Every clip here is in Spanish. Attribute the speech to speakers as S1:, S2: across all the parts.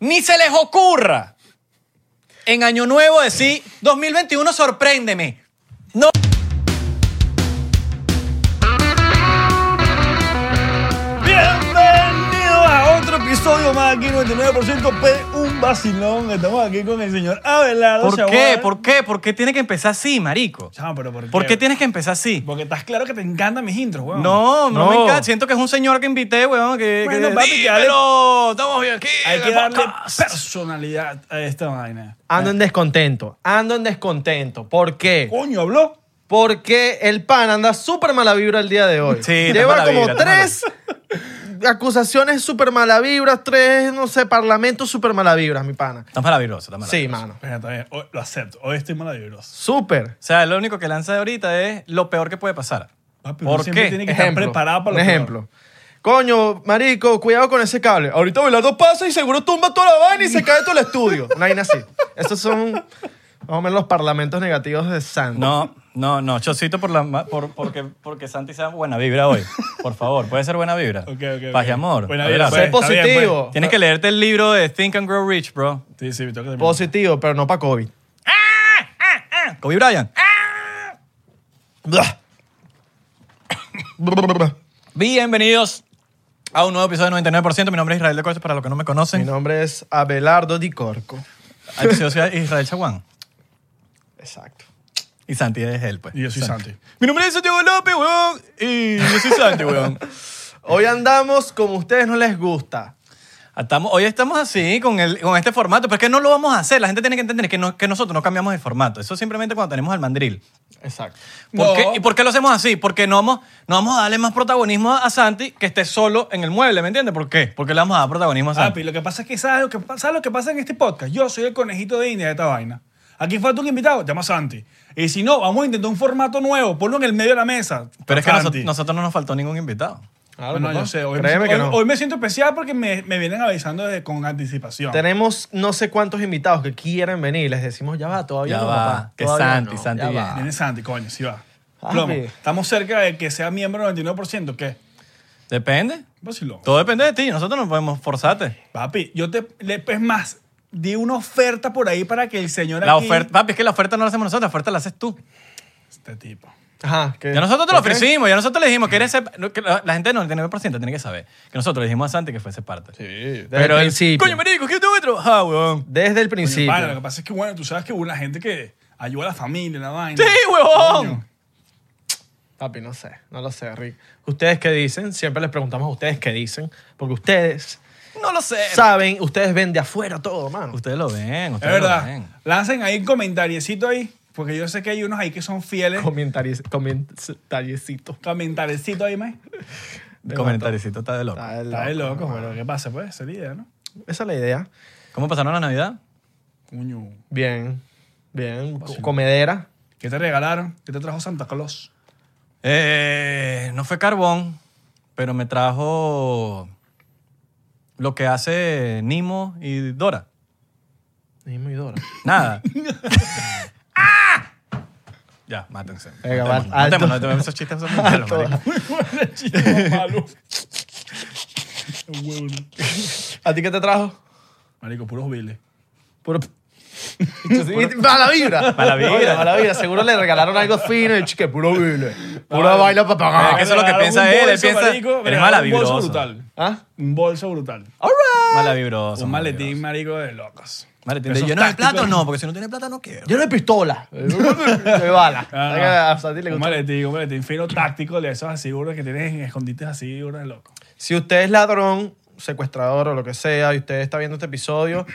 S1: Ni se les ocurra en Año Nuevo decir 2021 sorpréndeme. No.
S2: Bienvenidos a otro episodio más aquí 99% P, pues, un vacilón. Estamos aquí con el señor Abelardo
S1: ¿Por qué?
S2: Chaguán.
S1: ¿Por qué? ¿Por qué tiene que empezar así, marico?
S2: Chamo, pero ¿por qué?
S1: ¿Por qué tienes que empezar así?
S2: Porque estás claro que te encantan mis intros, weón.
S1: No, no, me encanta. Siento que es un señor que invité, weón. Que,
S2: Bueno,
S1: que-
S2: papi, que dale-
S1: Dímelo, estamos bien aquí.
S2: Hay
S1: en
S2: que
S1: el
S2: darle
S1: podcast.
S2: personalidad a esta vaina.
S3: Ando en descontento, ando en descontento. ¿Por qué?
S2: Coño, habló.
S3: Porque el pan anda súper mala vibra el día de hoy.
S1: Sí, está
S3: Lleva
S1: mala
S3: como
S1: vibra, está
S3: tres acusaciones súper mala vibra, tres, no sé, parlamentos súper mala vibra, mi pana.
S1: Está maravilloso, está maravilloso.
S3: Sí, mano.
S2: Pero también, hoy lo acepto. Hoy estoy maravilloso.
S3: Súper.
S1: O sea, lo único que lanza ahorita es lo peor que puede pasar.
S2: Papi, uno
S1: ¿Por
S2: siempre
S1: qué?
S2: tiene que estar
S3: Ejemplo.
S2: preparado para lo
S3: un
S2: peor.
S3: ejemplo. Coño, marico, cuidado con ese cable. Ahorita Belardo pasa y seguro tumba toda la vaina y se cae todo el estudio. Una vaina así. Estos son más o menos los parlamentos negativos de Sandy.
S1: No, no, no. Chocito por la, ma- por, porque, porque Santi sea buena vibra hoy. Por favor, puede ser buena vibra.
S2: Ok, ok, ok.
S1: Paz y amor.
S2: Buena
S1: Adelante.
S2: vibra, pues.
S3: Sé
S2: está bien, pues.
S3: positivo.
S1: Tienes que leerte el libro de Think and Grow Rich, bro.
S2: Sí, sí, me toca terminar.
S3: Positivo, pero no para COVID.
S1: Kobe Bryant.
S3: Blah. Brr.
S1: Bienvenidos a un nuevo episodio de 99%. Mi nombre es Israel de Cortes, para los que no me
S3: Mi
S1: conocen.
S3: nombre es Abelardo Di Corco.
S1: Yo soy Israel Chaguán.
S3: Exacto.
S1: Y Santi es él, pues.
S2: Y yo soy Santi.
S1: Mi nombre es Santiago López, weón. Y yo soy Santi, weón.
S3: Hoy andamos como a ustedes no les gusta.
S1: Estamos- hoy estamos así con, el, con este formato, pero es que no lo vamos a hacer. La gente tiene que entender que, no- que nosotros no cambiamos de formato. Eso simplemente cuando tenemos al mandril.
S3: Exacto.
S1: ¿Por
S2: No.
S1: qué- ¿Y por qué lo hacemos así? Porque no vamos, no vamos a darle más protagonismo a Santi que esté solo en el mueble, ¿me entiendes? ¿Por qué? Porque le vamos a dar protagonismo a Santi.
S2: Papi, lo que pasa es que ¿sabes lo que, pa- ¿sabes lo que pasa en este podcast? Yo soy el conejito de India de esta vaina. Aquí falta un invitado, llama Santi. Y si no, vamos a intentar un formato nuevo, ponlo en el medio de la mesa.
S1: pero es que a
S2: Santi.
S1: noso- nosotros no nos faltó ningún invitado.
S2: Bueno, yo sé, hoy,
S3: Créeme
S2: me,
S3: que
S2: hoy-
S3: no.
S2: hoy me siento especial porque me, me vienen avisando de- con anticipación.
S3: Tenemos no sé cuántos invitados que quieren venir. Les decimos, ya va, todavía
S1: Ya
S3: no,
S1: va,
S3: papá.
S1: que
S3: Todavía
S1: Santi,
S3: no,
S1: Santi
S3: ya
S1: viene.
S3: va.
S2: Viene Santi, coño, sí va.
S3: Papi.
S2: Plomo, estamos cerca de que sea miembro del 99%, ¿qué?
S1: Depende.
S2: Vacilón.
S1: Todo depende de ti. Nosotros no podemos forzarte.
S2: Papi, yo te... le- Es más, di una oferta por ahí para que el señor
S1: La
S2: aquí-
S1: oferta, papi, es que la oferta no la hacemos nosotros, la oferta la haces tú.
S2: Este tipo.
S3: Ajá. que-
S1: Ya nosotros te lo
S3: ¿por qué?
S1: ofrecimos, ya nosotros le dijimos que eres sep- no, que la la gente del 99% tiene que saber que nosotros le dijimos a Santi que fuese parte.
S3: Sí, desde
S1: Pero
S3: el
S1: él-
S3: principio.
S1: Coño, marico, ¿qué Ah, tengo que trabajar, weón?
S3: Desde
S2: Coño,
S3: el principio.
S2: pana, lo que pasa es que, bueno, tú sabes que hubo una gente que ayuda a la familia, la vaina.
S1: Sí, huevón.
S2: Coño.
S3: Papi, no sé, no lo sé, Rick. ¿Ustedes qué dicen? Siempre les preguntamos a ustedes qué dicen. Porque ustedes
S1: No lo sé.
S3: saben, ustedes ven de afuera todo, mano.
S1: ustedes lo ven,
S2: Es
S1: ustedes lo
S2: verdad.
S1: ven.
S2: Lancen ahí un comentariecito ahí, porque yo sé que hay unos ahí que son fieles.
S3: Comentarios- Comentaricito.
S2: Comentariecito ahí, me.
S1: Comentaricito está de loco.
S3: Está de
S2: Está de
S3: loco.
S2: loco, pero ¿qué pasa? Pues esa es la idea, ¿no?
S3: Esa es la idea.
S1: ¿Cómo pasaron la Navidad?
S2: Coño.
S3: Bien, bien, co- comedera.
S2: ¿Qué te regalaron? ¿Qué te trajo Santa Claus?
S1: Eh, no fue carbón, pero me trajo lo que hace Nimo y Dora.
S3: Nimo y Dora.
S1: Nada. Ya, mátense.
S3: Venga,
S1: Matémonos,
S3: va, alto.
S1: matémonos, matémonos, esos chistes son muy malos, marico.
S2: Chiste malo. Huevón.
S3: ¿A ti qué te trajo?
S2: Marico, puros viles.
S3: Puro... mala vibra.
S1: Mala vibra.
S3: Oye, Mala vibra. Seguro le regalaron algo fino y chique, puro vile. Pura vaina para
S1: Es
S3: pagar.
S1: que Ah, eso es lo que
S2: Regalaron
S1: piensa
S2: un
S1: él, él
S2: bolso,
S1: piensa,
S2: marico,
S1: eres
S2: regalaron
S1: mala
S2: Un bolso
S1: vibroso.
S2: brutal.
S3: ¿Ah?
S2: Un bolso brutal.
S3: All right.
S1: Mala vibrosa.
S2: Un
S1: mala
S2: maletín,
S1: vibrosa.
S2: marico, de locos.
S1: Maletín.
S2: Esos
S1: Yo no hay
S2: tácticos.
S1: plata, no, porque si no tiene plata no quiero.
S3: Yo no hay pistola. De bala.
S2: Ah,
S3: A Santi le
S2: un
S3: gusta.
S2: maletín, un maletín fino táctico de esos así, burda, que tienes en escondites así, burda, de loco.
S3: Si usted es ladrón, secuestrador o lo que sea, y usted está viendo este episodio,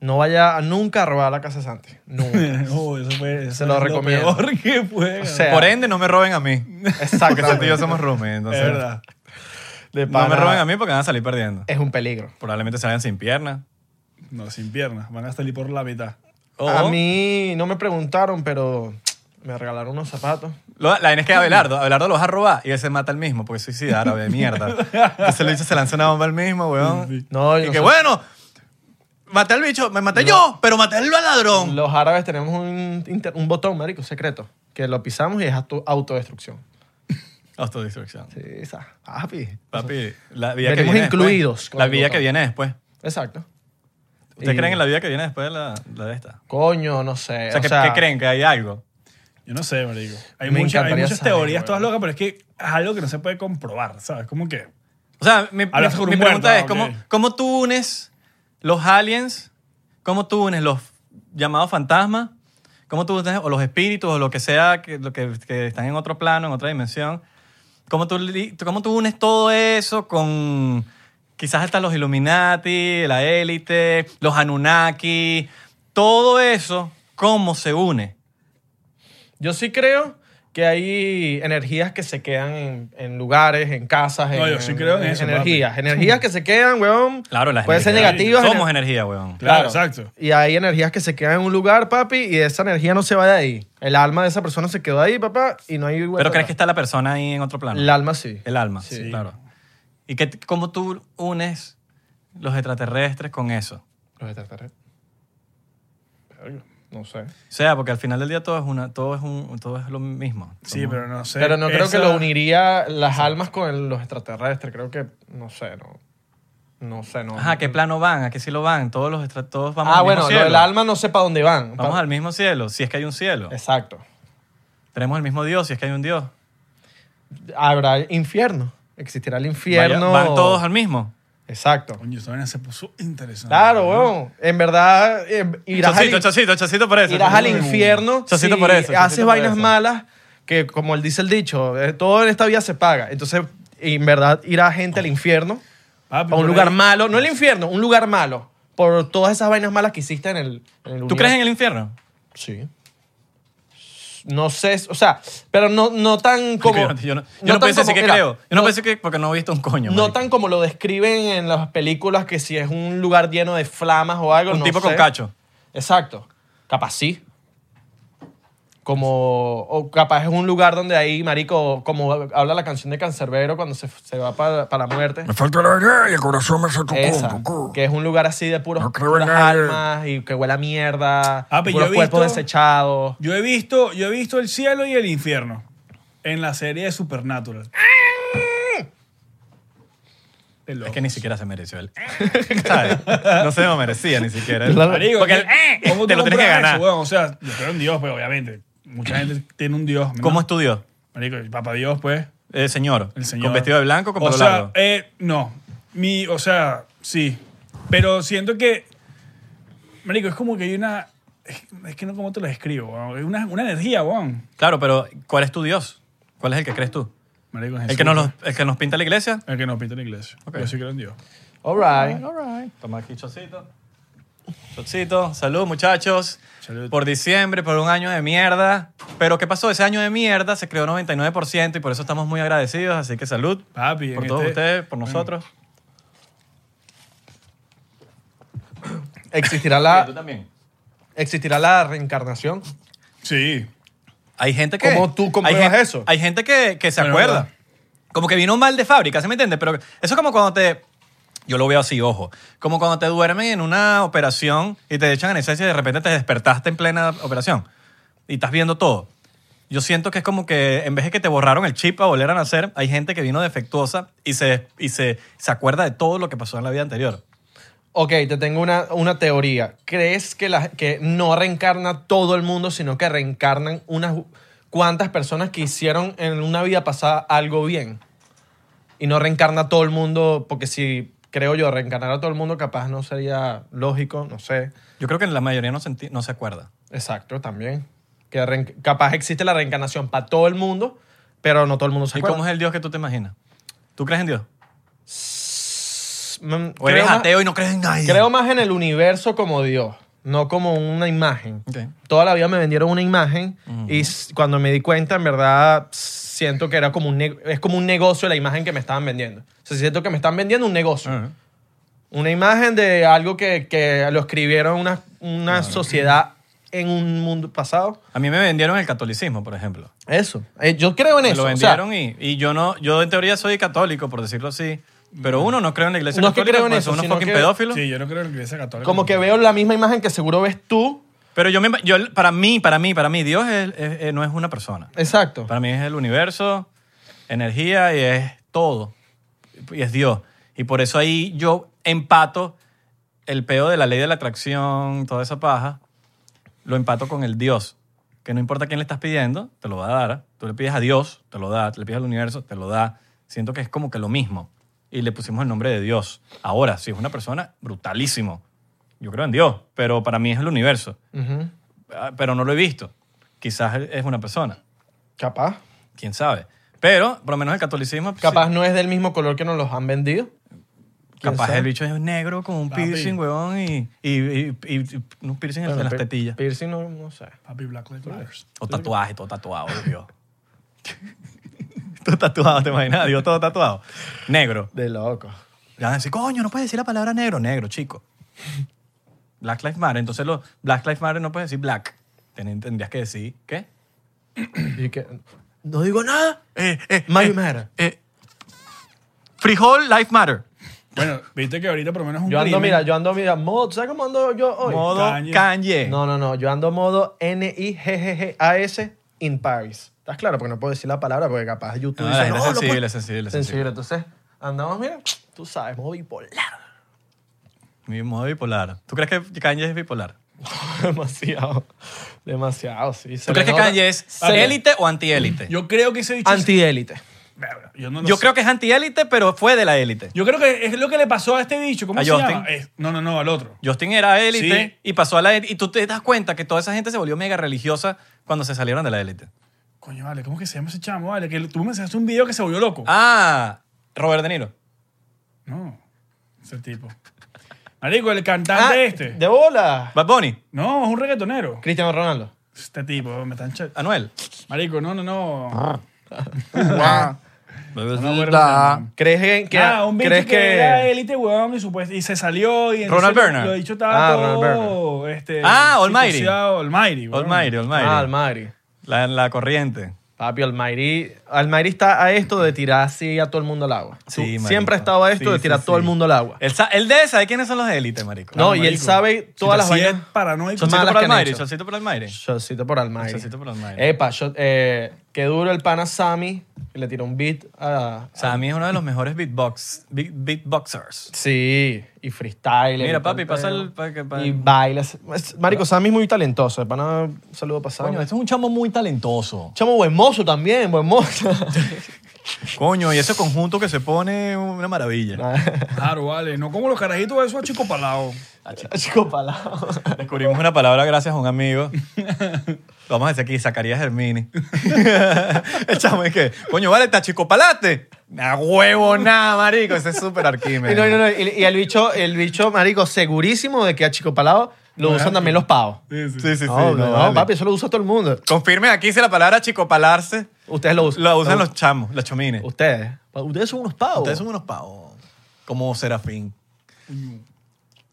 S3: no vaya a nunca a robar la casa de Santi. Nunca.
S2: Uy, eso fue, eso
S3: Se lo
S2: es
S3: recomiendo.
S2: peor que puede.
S3: O sea,
S1: Por ende, no me roben a mí. Porque Santi y yo
S3: Exactamente.
S1: somos roomies,
S2: es
S1: entonces.
S2: verdad.
S3: De
S1: No me
S3: pana,
S1: roben a mí porque van a salir perdiendo.
S3: Es un peligro.
S1: Probablemente salgan sin pierna.
S2: No, sin piernas. Van a salir por la mitad.
S1: O
S3: A mí no me preguntaron, pero me regalaron unos zapatos.
S1: lo- la vaina es que Abelardo, Abelardo los va a robar y él se mata al mismo porque es suicida árabe de mierda. Entonces el bicho se lanza una bomba al mismo, weón.
S3: No,
S1: y
S3: yo
S1: que
S3: no sé.
S1: bueno, maté al bicho, me maté yo, pero maté al ladrón.
S3: Los árabes tenemos un, inter- un botón, marico, secreto, que lo pisamos y es auto- autodestrucción.
S1: Autodestrucción.
S3: Sí, esa. Papi.
S1: Papi, la vida que
S3: Venimos
S1: viene después-
S3: incluidos con
S1: la
S3: el
S1: vida que
S3: botón.
S1: viene después.
S3: Exacto.
S1: ¿Ustedes
S3: Y-
S1: creen en la vida que viene después de la, la de esta?
S3: Coño, no sé.
S1: O sea, ¿qué, qué creen? ¿Que hay algo?
S2: Yo no sé, marico. Hay,
S3: Me
S2: mucha- hay
S3: encantaría
S2: muchas
S3: saber,
S2: teorías todas
S3: weón.
S2: locas, pero es que es algo que no se puede comprobar, ¿sabes? Como que...
S1: O sea, mi, mi-
S2: Hablas con un
S1: mi pregunta
S2: muerto,
S1: es,
S2: ah,
S1: ¿cómo,
S2: ok.
S1: ¿cómo tú unes los aliens? ¿Cómo tú unes los llamados fantasmas? ¿Cómo tú unes, o los espíritus, o lo que sea, que, lo que, que están en otro plano, en otra dimensión? ¿Cómo tú, li- ¿Cómo tú unes todo eso con quizás hasta los Illuminati, la élite, los Anunnaki? Todo eso, ¿cómo se une?
S3: Yo sí creo que hay energías que se quedan en, en lugares, en casas,
S2: No,
S3: en,
S2: yo sí creo en eso, papi.
S3: energías. Energías que se quedan, weón.
S1: Claro, las
S3: Pueden ser
S1: energías.
S3: negativas.
S1: Somos
S3: ener-
S1: energía, weón.
S2: Claro, exacto.
S3: Y hay energías que se quedan en un lugar, papi, y esa energía no se va de ahí. El alma de esa persona se quedó ahí, papá, y no hay...
S1: Pero crees que está la persona ahí en otro plano.
S3: El alma sí.
S1: El alma,
S3: Sí.
S1: claro. ¿Y qué, cómo tú unes los extraterrestres con eso? O
S3: Los extraterrestres. Verga, No sé.
S1: sea, porque al final del día todo es, una, todo es, un, todo es lo mismo.
S2: Sí, pero no sé.
S3: Pero no creo
S2: Esa-
S3: que lo uniría las almas con el- los extraterrestres. Creo que, no sé, no. No sé, no.
S1: Ajá, ¿qué plano van? ¿A qué cielo van? Todos los extra- todos vamos
S3: ah,
S1: al
S3: bueno,
S1: mismo
S3: lo
S1: cielo.
S3: del alma no sé para dónde van.
S1: Vamos
S3: Pa-
S1: al mismo cielo, si es que hay un cielo.
S3: Exacto.
S1: Tenemos el mismo Dios, si es que hay un Dios.
S3: Habrá infierno. Existirá el infierno.
S1: Vaya- van todos al mismo.
S3: Exacto.
S2: Coño, esta vaina se puso interesante.
S3: Claro,
S2: weón.
S3: weón. En verdad, eh, irás,
S1: Chocito,
S3: al,
S1: chocito, chocito por eso.
S3: irás al
S1: Chocito. Mm.
S3: infierno si
S1: Chocito por eso, chocito
S3: haces
S1: por
S3: vainas
S1: eso.
S3: malas que, como él dice el dicho, eh, todo en esta vida se paga. Entonces, en verdad, irá gente al infierno.
S2: Papi,
S3: A un
S2: por
S3: lugar
S2: ahí-
S3: malo, no el infierno, un lugar malo. Por todas esas vainas malas que hiciste en el.
S1: ¿Tú crees en el infierno?
S3: Sí. No sé, o sea, pero no, no tan como.
S1: Yo no, yo no, yo no
S3: tan
S1: pensé
S3: como-
S1: que
S3: mira,
S1: creo. Yo no, pensé que porque no he visto un coño.
S3: no
S1: marico.
S3: tan como lo describen en las películas que si es un lugar lleno de flamas o algo.
S1: Un
S3: no
S1: tipo con
S3: sé.
S1: cacho.
S3: Exacto. Capaz sí. Como. O capaz es un lugar donde ahí, marico, como habla la canción de Cancerbero cuando se, se va para, para la muerte.
S4: Me falta la idea y el corazón me se tocó.
S3: Esa,
S4: tocó.
S3: que es un lugar así de puros,
S4: No creo en
S3: puras
S4: nadie.
S3: almas y que huele a mierda,
S2: Ah, pero
S3: puros
S2: yo he
S3: cuerpos
S2: visto-
S3: desechados.
S2: Yo he visto, yo he visto el cielo y el infierno en la serie de Supernatural. Te lo-
S1: Es que ni siquiera se mereció él. ¿Sabes? No se lo merecía ni siquiera.
S3: Claro.
S2: Marico,
S1: Porque
S2: ¿qué-
S1: el, eh,
S2: ¿cómo
S1: te
S2: tú
S1: lo tienes que
S2: compras
S1: ganar.
S2: eso, weón? o sea, yo creo en Dios, pues, obviamente. Mucha gente tiene un Dios. ¿no?
S1: ¿Cómo estudió?
S2: Marico, el papá Dios, pues.
S1: Eh, señor,
S2: El señor.
S1: ¿Con vestido de blanco? Con
S2: o
S1: pelo
S2: sea,
S1: largo?
S2: eh, no. Mi, o sea, sí. Pero siento que. Marico, es como que hay una. Es, es que no, ¿cómo te lo describo? weón? Es una, una energía, weón.
S1: Claro, pero ¿cuál es tu Dios? ¿Cuál es el que crees tú?
S2: Marico,
S1: ¿El
S2: Jesús,
S1: que, nos
S2: weón.
S1: los- ¿El que nos pinta la iglesia?
S2: El que no pinta la iglesia.
S1: Ok.
S2: Yo sí creo en Dios.
S3: All right.
S1: Toma aquí chocito. Chocito. Salud, muchachos.
S2: Salud.
S1: Por diciembre, por un año de mierda. Pero ¿qué pasó? Ese año de mierda se creó 99% y por eso estamos muy agradecidos. Así que salud.
S2: Papi, en
S1: por todos
S2: este-
S1: ustedes, por nosotros.
S3: Existirá
S1: Y tú
S3: la,
S1: también.
S3: existirá la reencarnación.
S2: Sí.
S1: Hay gente que.
S3: ¿Cómo tú compruebas
S1: hay gen-
S3: eso?
S1: Hay gente que, que se
S2: Bueno,
S1: acuerda.
S2: verdad.
S1: Como que vino mal de fábrica, ¿se me entiende? Pero eso es como cuando te. Yo lo veo así, ojo. Como cuando te duermen en una operación y te echan anestesia y de repente te despertaste en plena operación y estás viendo todo. Yo siento que es como que en vez de que te borraron el chip a volver a nacer, hay gente que vino defectuosa y se, y se, se acuerda de todo lo que pasó en la vida anterior.
S3: Ok, te tengo una, una teoría. ¿Crees que, la, que no reencarna todo el mundo, sino que reencarnan unas cuantas personas que hicieron en una vida pasada algo bien? Y no reencarna todo el mundo, porque si, creo yo, reencarnar a todo el mundo capaz no sería lógico, no sé.
S1: Yo creo que la mayoría no se, enti- no se acuerda.
S3: Exacto, también. Que reen- capaz existe la reencarnación para todo el mundo, pero no todo el mundo se
S1: ¿Y
S3: acuerda.
S1: cómo es el Dios que tú te imaginas? ¿Tú crees en Dios?
S3: Mm,
S1: ¿O eres
S3: más-
S1: ateo y no crees en nadie?
S3: Creo más en el universo como Dios, no como una imagen.
S1: Ok.
S3: Toda la vida me vendieron una imagen y s- cuando me di cuenta, en verdad, siento que era como un ne- es como un negocio la imagen que me estaban vendiendo. O sea, siento que me están vendiendo un negocio. Una imagen de algo que, que lo escribieron una, una sociedad en un mundo pasado.
S1: A mí me vendieron el catolicismo, por ejemplo.
S3: Eso. Eh, yo creo en
S1: Me
S3: eso.
S1: lo
S3: o sea,
S1: vendieron y, y yo no, yo en teoría soy católico, por decirlo así. Pero uno no creo en la iglesia
S3: No es que
S1: católica,
S3: creo en
S1: pues,
S3: eso,
S1: uno es
S3: sino
S1: fucking
S3: que-
S1: pedófilo.
S2: Sí, yo no creo en la iglesia católica.
S3: como que veo la misma imagen que seguro ves tú.
S1: Pero yo, me, yo- para mí, para mí, para mí, Dios es- es- es- no es una persona.
S3: Exacto.
S1: Para mí es el universo, energía y es todo. Y es Dios. Y por eso ahí yo empato el peo de la ley de la atracción, toda esa paja, lo empato con el Dios. Que no importa quién le estás pidiendo, te lo va a dar. Tú le pides a Dios, te lo da. Te le pides al universo, te lo da. Siento que es como que lo mismo. Y le pusimos el nombre de Dios. Ahora, si es una persona, brutalísimo. Yo creo en Dios, pero para mí es el universo.
S3: Ujú.
S1: Ah, Pero no lo he visto. Quizás es una persona.
S3: Capaz.
S1: Quién sabe. Pero, por lo menos el catolicismo. pues,
S3: Capaz no es del mismo color que nos los han vendido. ¿Quién
S1: Capaz
S3: sabe?
S1: el bicho es negro con un
S2: Papi.
S1: piercing, huevón, y, y, y- y- y un piercing
S3: Bueno,
S1: en las
S3: pier-
S1: tetillas.
S3: Piercing no, no sé.
S2: Papi Black Lives Matters.
S1: O tatuaje, todo tatuado, Dios. todo tatuado, ¿te imaginas? Dios, todo tatuado. Negro.
S3: De loco.
S1: Le van a decir, coño, no puedes decir la palabra negro. Negro, chico. Black Lives Matter. Entonces, los Black Lives Matter no puedes decir black. Ten- Tendrías que decir, ¿qué?
S3: Y que, no digo nada.
S1: Eh,
S3: Mario Mara.
S1: Frijol Life Matter.
S2: Bueno, viste que ahorita por lo menos es un
S3: Yo ando,
S2: crimen.
S3: mira, yo ando, mira, modo, ¿sabes cómo ando yo hoy?
S1: Modo
S2: Kanye.
S1: Kanye.
S3: No, no, no, yo ando modo N-I-G-G-G-A-S in Paris. ¿Estás claro? Porque no puedo decir la palabra porque capaz YouTube
S1: No,
S3: dice,
S1: la gente
S3: no,
S1: es
S3: lo
S1: sensible,
S3: puedes-".
S1: es sensible, es
S3: Sensible, entonces andamos, mira, tú sabes, modo bipolar.
S1: Mi modo bipolar. ¿Tú crees que Kanye es bipolar?
S3: demasiado, demasiado, sí.
S1: ¿Tú crees que Kanye es
S2: Papi.
S1: élite o antiélite? Yo,
S2: Yo creo que ese bicho...
S3: Antiélite.
S2: Verga, Yo, no lo sé.
S1: creo que es antiélite, pero fue de la élite.
S2: Yo creo que es lo que le pasó a este bicho. ¿Cómo
S1: ¿A
S2: se
S1: Justin?
S2: llama? Eh, no, no, no, al otro.
S1: Justin era élite
S2: Sí.
S1: y pasó a la élite. Y tú te das cuenta que toda esa gente se volvió mega religiosa cuando se salieron de la élite.
S2: Coño, vale, ¿cómo que se llama ese chamo? Vale, que tú me enseñaste un video que se volvió loco.
S1: Ah, Robert De Niro.
S2: No, ese tipo. Marico, el cantante este.
S3: Ah, De bola.
S1: Bad Bunny,
S2: No, es un reggaetonero.
S3: Cristiano Ronaldo.
S2: Este tipo, me están... che-
S1: Anuel.
S2: Marico, no, no, no. No me acuerdo su
S1: Ronald
S2: nombre.
S3: ¿Crees que,
S2: Ah, un bicho
S3: ¿crees
S2: que,
S3: que,
S2: era élite, weón, y, supuest- y se salió y
S1: Ronald
S2: entonces
S1: Bernard.
S2: Lo dicho estaba
S3: Ah, Ronald
S2: todo... Este,
S1: Ah, Almighty.
S2: psicoseado, Almighty, weón.
S1: Almighty,
S3: Ah,
S1: Almighty.
S3: Almighty.
S1: La, la corriente.
S3: Papi, Almighty, Almighty está a esto de tirar así a todo el mundo al agua.
S1: Sí,
S3: Tú-
S1: marico.
S3: Siempre ha estado a esto
S1: Sí,
S3: de
S1: sí,
S3: tirar a
S1: sí.
S3: todo el mundo al agua.
S1: Él, sa- él debe saber quiénes son los élites, marico.
S3: No,
S2: Claro,
S3: y él
S2: marico.
S3: sabe todas las
S2: Si te
S3: vainas.
S2: sigues paranoico.
S3: Son
S1: Solcito
S3: malas
S1: por
S3: que han
S1: Almighty,
S3: hecho.
S1: solcito por Almighty.
S3: Shotcito por Almighty.
S1: Shotcito por Almighty.
S3: Epa, shot- eh, que duro el pana Sammy que le tiró un beat a...
S1: Sammy es uno de los mejores beatbox, beat- beatboxers.
S3: Sí, y freestyle.
S1: Mira,
S3: y todo
S1: papi, pasa
S3: pedo.
S1: el- pa- que- pa-
S3: Y bailas. Marico, Sammy es muy talentoso. El pana, un saludo para Sammy.
S1: Coño, este es un chamo muy talentoso.
S3: Chamo buen mozo también, buen mozo.
S1: Coño, y ese conjunto que se pone una maravilla.
S2: Claro, vale. No como los carajitos de esos chicos palados.
S3: Chico palado.
S1: Descubrimos una palabra gracias a un amigo. Lo vamos a decir aquí, Zacarías Hermini. El chamo es que, coño, vale, está chico palate. A huevo, nada, marico. Ese es súper
S3: Y,
S1: arquímedes.
S3: no, y no, no, y- y el bicho, el bicho, marico, segurísimo de que a Chico Palado lo usan también los pavos.
S2: Sí, sí.
S1: Sí, sí, sí.
S3: no,
S1: no,
S3: no,
S1: vale.
S3: papi, eso lo usa todo el mundo.
S1: Confirmen aquí si la palabra chicopalarse
S3: Ustedes lo usan.
S1: la usan los chamos, los chomines.
S3: Ustedes. Ustedes son unos pavos.
S1: Ustedes son unos pavos. Como Serafín.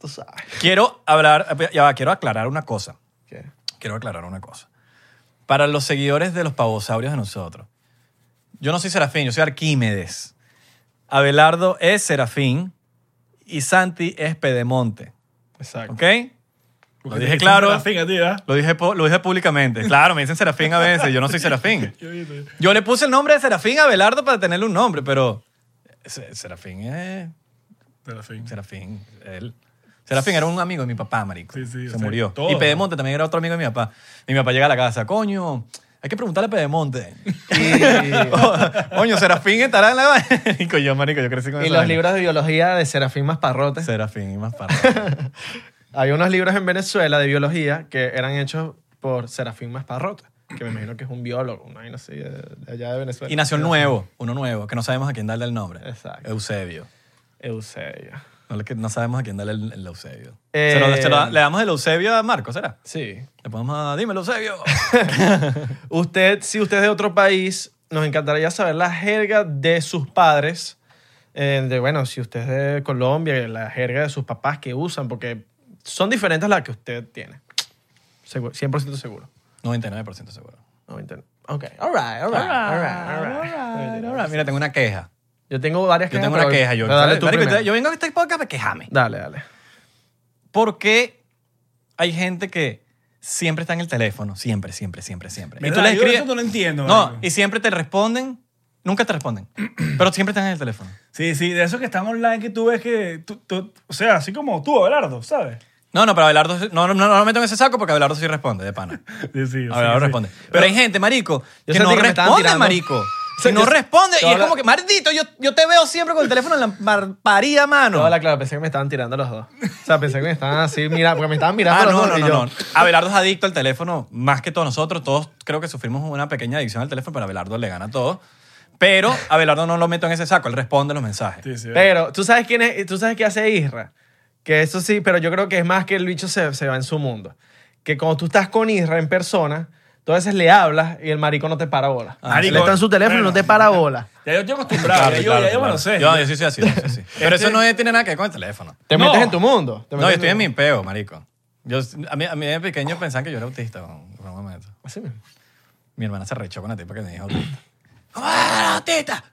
S3: Tú sabes.
S1: Quiero hablar, ya va, quiero aclarar una cosa.
S3: ¿Qué?
S1: quiero aclarar una cosa. Para los seguidores de los pavosaurios de nosotros, yo no soy Serafín, yo soy Arquímedes. Abelardo es Serafín y Santi es Pedemonte.
S3: Exacto.
S1: ¿Ok? Lo dije claro,
S2: La finga, tía.
S1: lo dije, po- lo dije públicamente. Claro, me dicen Serafín a veces, yo no soy Serafín.
S2: Yo dije,
S1: Yo le puse el nombre de Serafín a Abelardo para tenerle un nombre, pero Se- Serafín es...
S2: de la finga.
S1: Serafín, él. Serafín era un amigo de mi papá, marico.
S2: Sí, sí,
S1: se
S2: o sea,
S1: murió.
S2: todo.
S1: Y Pedemonte también era otro amigo de mi papá. Y mi papá llega a la casa, coño, hay que preguntarle a Pedemonte. coño, Serafín estará en la... vaina?" Y yo, marico, yo crecí con
S3: Y
S1: esa
S3: los
S1: vaina.
S3: libros de biología de Serafín Masparrote.
S1: Serafín y más para.
S3: Había unos libros en Venezuela de biología que eran hechos por Serafín Masparrote, que me imagino que es un biólogo, una vaina así de, de allá de Venezuela.
S1: Y nació el nuevo, uno nuevo, que no sabemos a quién darle el nombre.
S3: Exacto.
S1: Eusebio.
S3: Eusebio.
S1: No, le- que no sabemos a quién darle el, el Eusebio.
S3: Eh.
S1: Se lo- se lo- le damos el Eusebio a Marco, ¿será?
S3: Sí.
S1: Le ponemos a... Dime, Eusebio.
S3: Usted, si usted es de otro país, nos encantaría saber la jerga de sus padres. eh, de, bueno, si usted es de Colombia, la jerga de sus papás que usan, porque son diferentes a las que usted tiene. Seguro, 100% seguro.
S1: 99% seguro.
S3: No me entiendo. Ok. All right, all right, all right, all right.
S1: Mira, tengo una queja.
S3: Yo tengo varias
S1: Yo
S3: quejas.
S1: tengo una
S3: Ah, pero-
S1: queja. Yo,
S3: pero dale tú
S1: Marico,
S3: primero.
S1: yo vengo a este podcast para quejarme.
S3: Dale, dale.
S1: Porque hay gente que siempre está en el teléfono. Siempre, siempre, siempre, siempre. Y tú
S2: ¿Verdad?
S1: les
S2: Yo
S1: escribes.
S2: eso no lo entiendo,
S1: No,
S2: marico.
S1: y siempre te responden. Nunca te responden. pero siempre están en el teléfono.
S2: Sí, sí, de esos que están online que tú ves que. tú- tú- o sea, así como tú, Abelardo, ¿sabes?
S1: No, no, pero Abelardo, no, no, no, no lo meto en ese saco porque Abelardo sí responde, de pana.
S2: Sí, sí, sí,
S1: Abelardo
S2: sí.
S1: responde. Pero hay gente, marico,
S3: Yo
S1: que
S3: sentí
S1: no
S3: que me estaban
S1: responde,
S3: tirando.
S1: marico. Que
S3: Yo
S1: no
S3: se-
S1: responde y
S3: toda
S1: es
S3: la-
S1: como que, maldito, yo, yo te veo siempre con el teléfono en la mar- parida mano. Ah,
S3: Toda la clave, pensé que me estaban tirando los dos. O sea, pensé que me estaban así, mira, porque me estaban mirando
S1: Ah,
S3: los
S1: no,
S3: dos
S1: no,
S3: y
S1: no,
S3: yo,
S1: no. Abelardo es adicto al teléfono más que todos nosotros. Todos creo que sufrimos una pequeña adicción al teléfono, pero Abelardo le gana a todos. Pero Abelardo no lo meto en ese saco, él responde los mensajes.
S2: Sí, sí.
S3: Pero, ¿tú sabes quién es? ¿Tú sabes qué hace Isra? Que eso sí, pero yo creo que es más que el bicho se, se va en su mundo. Que cuando tú estás con Isra en persona, tú a veces le hablas y el marico no te para bola.
S1: Ah,
S2: Marico,
S3: Él está en su teléfono y
S2: bueno,
S3: no te para bola.
S2: Ya yo estoy acostumbrado,
S1: Claro,
S2: ya, yo,
S1: claro,
S2: ya yo me
S1: claro.
S2: lo sé.
S1: Yo, yo sí soy así, yo sí soy así. Pero eso no es- tiene nada que ver con el teléfono.
S3: Este Te
S2: No.
S3: metes en tu mundo. te
S1: No,
S3: metes
S1: yo estoy
S3: tu
S1: en mi
S3: mundo.
S1: peo, marico. Yo, a, mí, a mí de pequeño pensaban que yo era autista. weón, por un momento.
S3: Así Ah, mismo.
S1: Mi hermana se rechó con la tipa que me dijo autista. ¿Cómo era autista?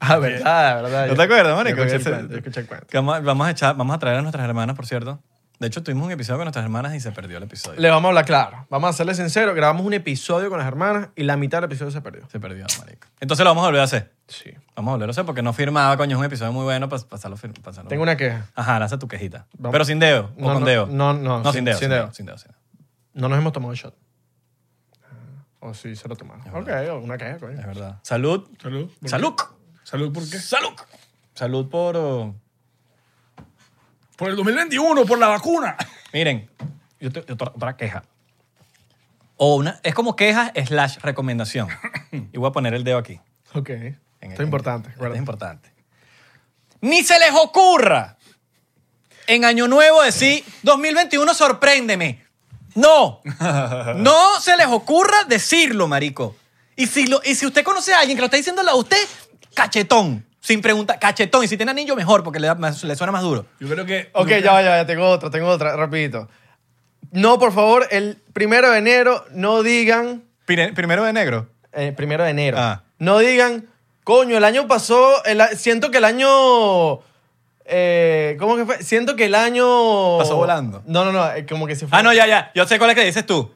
S3: Ah, verdad, verdad.
S1: ¿No te acuerdas, marico?
S3: Yo escuché el
S1: Ese-
S3: cuento, yo escuché el cuento.
S1: que Vamos, a- vamos a echar- vamos a traer a nuestras hermanas, por cierto. De hecho, tuvimos un episodio con nuestras hermanas y se perdió el episodio.
S3: Le vamos a hablar claro. Vamos a serle sinceros. Grabamos un episodio con las hermanas y la mitad del episodio se perdió.
S1: Se perdió, marico. Entonces lo vamos a volver a hacer.
S3: Sí.
S1: Vamos a volver a hacer porque no firmaba, coño. Es un episodio muy bueno para pasarlo. fir- pasarlo.
S3: Tengo una queja.
S1: Ajá, lanza tu quejita.
S3: Vamos.
S1: Pero sin dedo o
S3: No,
S1: con
S3: no,
S1: dedo.
S3: no, no,
S1: No,
S3: sin-
S1: sin dedo.
S3: sin
S1: Sin
S3: dedo.
S1: dedo, sin dedo. sin dedo.
S3: No nos hemos tomado el shot. Ah, O sí, se lo tomaron. Ok, una queja, coño.
S1: Es verdad. Salud.
S2: Salud. ¿por qué?
S1: Salud.
S2: Salud, ¿por qué?
S1: Salud. Salud por... oh,
S2: Por el 2021, por la vacuna.
S1: Miren, yo te- otra, otra queja. O una, es como queja slash recomendación. y voy a poner el dedo aquí.
S3: Ok.
S1: En- este
S3: Esto
S1: en-
S3: es importante.
S1: esto
S3: guarda.
S1: es importante. Ni se les ocurra en Año Nuevo decir 2021 sorpréndeme. No. No se les ocurra decirlo, marico. Y si, lo, y si usted conoce a alguien que lo está diciendo a usted, cachetón. Sin preguntar, cachetón. Y si tiene anillo, mejor, porque le, da más- le suena más duro.
S2: Yo creo que.
S3: Ok,
S2: yo-
S3: ya va, ya va, ya tengo otra, tengo otra, rapidito. No, por favor, el primero de enero no digan...
S1: Primero de negro.
S3: eh, primero de enero.
S1: Ah.
S3: No digan, coño, el año pasó, el a- siento que el año... eh, ¿Cómo que fue? Siento que el año...
S1: Pasó volando.
S3: No, no, no, eh, como que se fue.
S1: Ah, no, ya, ya. Yo sé cuál es que dices tú.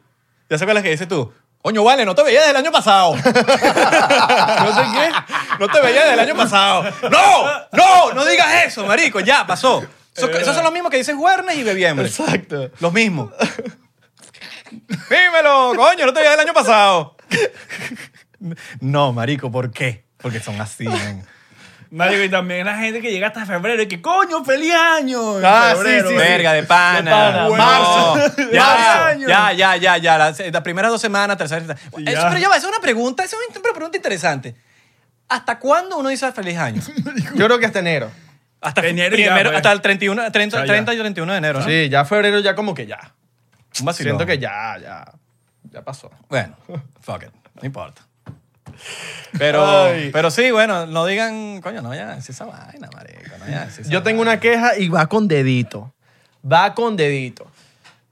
S1: Yo sé cuál es que dices tú. Coño, vale, no te veía desde el año pasado. ¿No sé qué? No te veía desde el año pasado. ¡No! ¡No! No digas eso, marico. Ya, pasó. Eso- esos son los mismos que dicen Juernes y Bebiembre.
S3: Exacto.
S1: Los mismos. Dímelo, coño, no te veía desde el año pasado. No, marico, ¿por qué? Porque son así, man.
S2: Marico, y también la gente que llega hasta febrero y que, coño, feliz año. en
S3: Ah, sí,
S2: febrero,
S3: sí, sí.
S2: ¿eh?
S1: Verga, de pana.
S3: De pana.
S1: No.
S3: Marzo.
S1: Ya,
S2: Marzo.
S1: ya, ya, ya, ya. La, la primera dos semanas, tercera. Eso,
S2: Ya.
S1: pero ya va, eso es una pregunta, eso es una pregunta interesante. ¿Hasta cuándo uno dice feliz año?
S3: Yo creo que hasta enero.
S1: Hasta,
S2: Enero ya,
S1: primero,
S2: pues.
S1: hasta el 31, 30,
S2: O sea, ya.
S1: 30 y 31 de enero, ¿no?
S3: Sí, ya febrero ya como que ya.
S1: Un vacilón.
S3: Siento que ya, ya, ya pasó.
S1: Bueno, fuck it. No importa. Pero,
S3: Ay.
S1: pero sí, bueno, no digan, coño, no ya, es esa vaina, marico. No ya, es esa
S3: Yo tengo
S1: vaina.
S3: una queja y va con dedito. Va con dedito.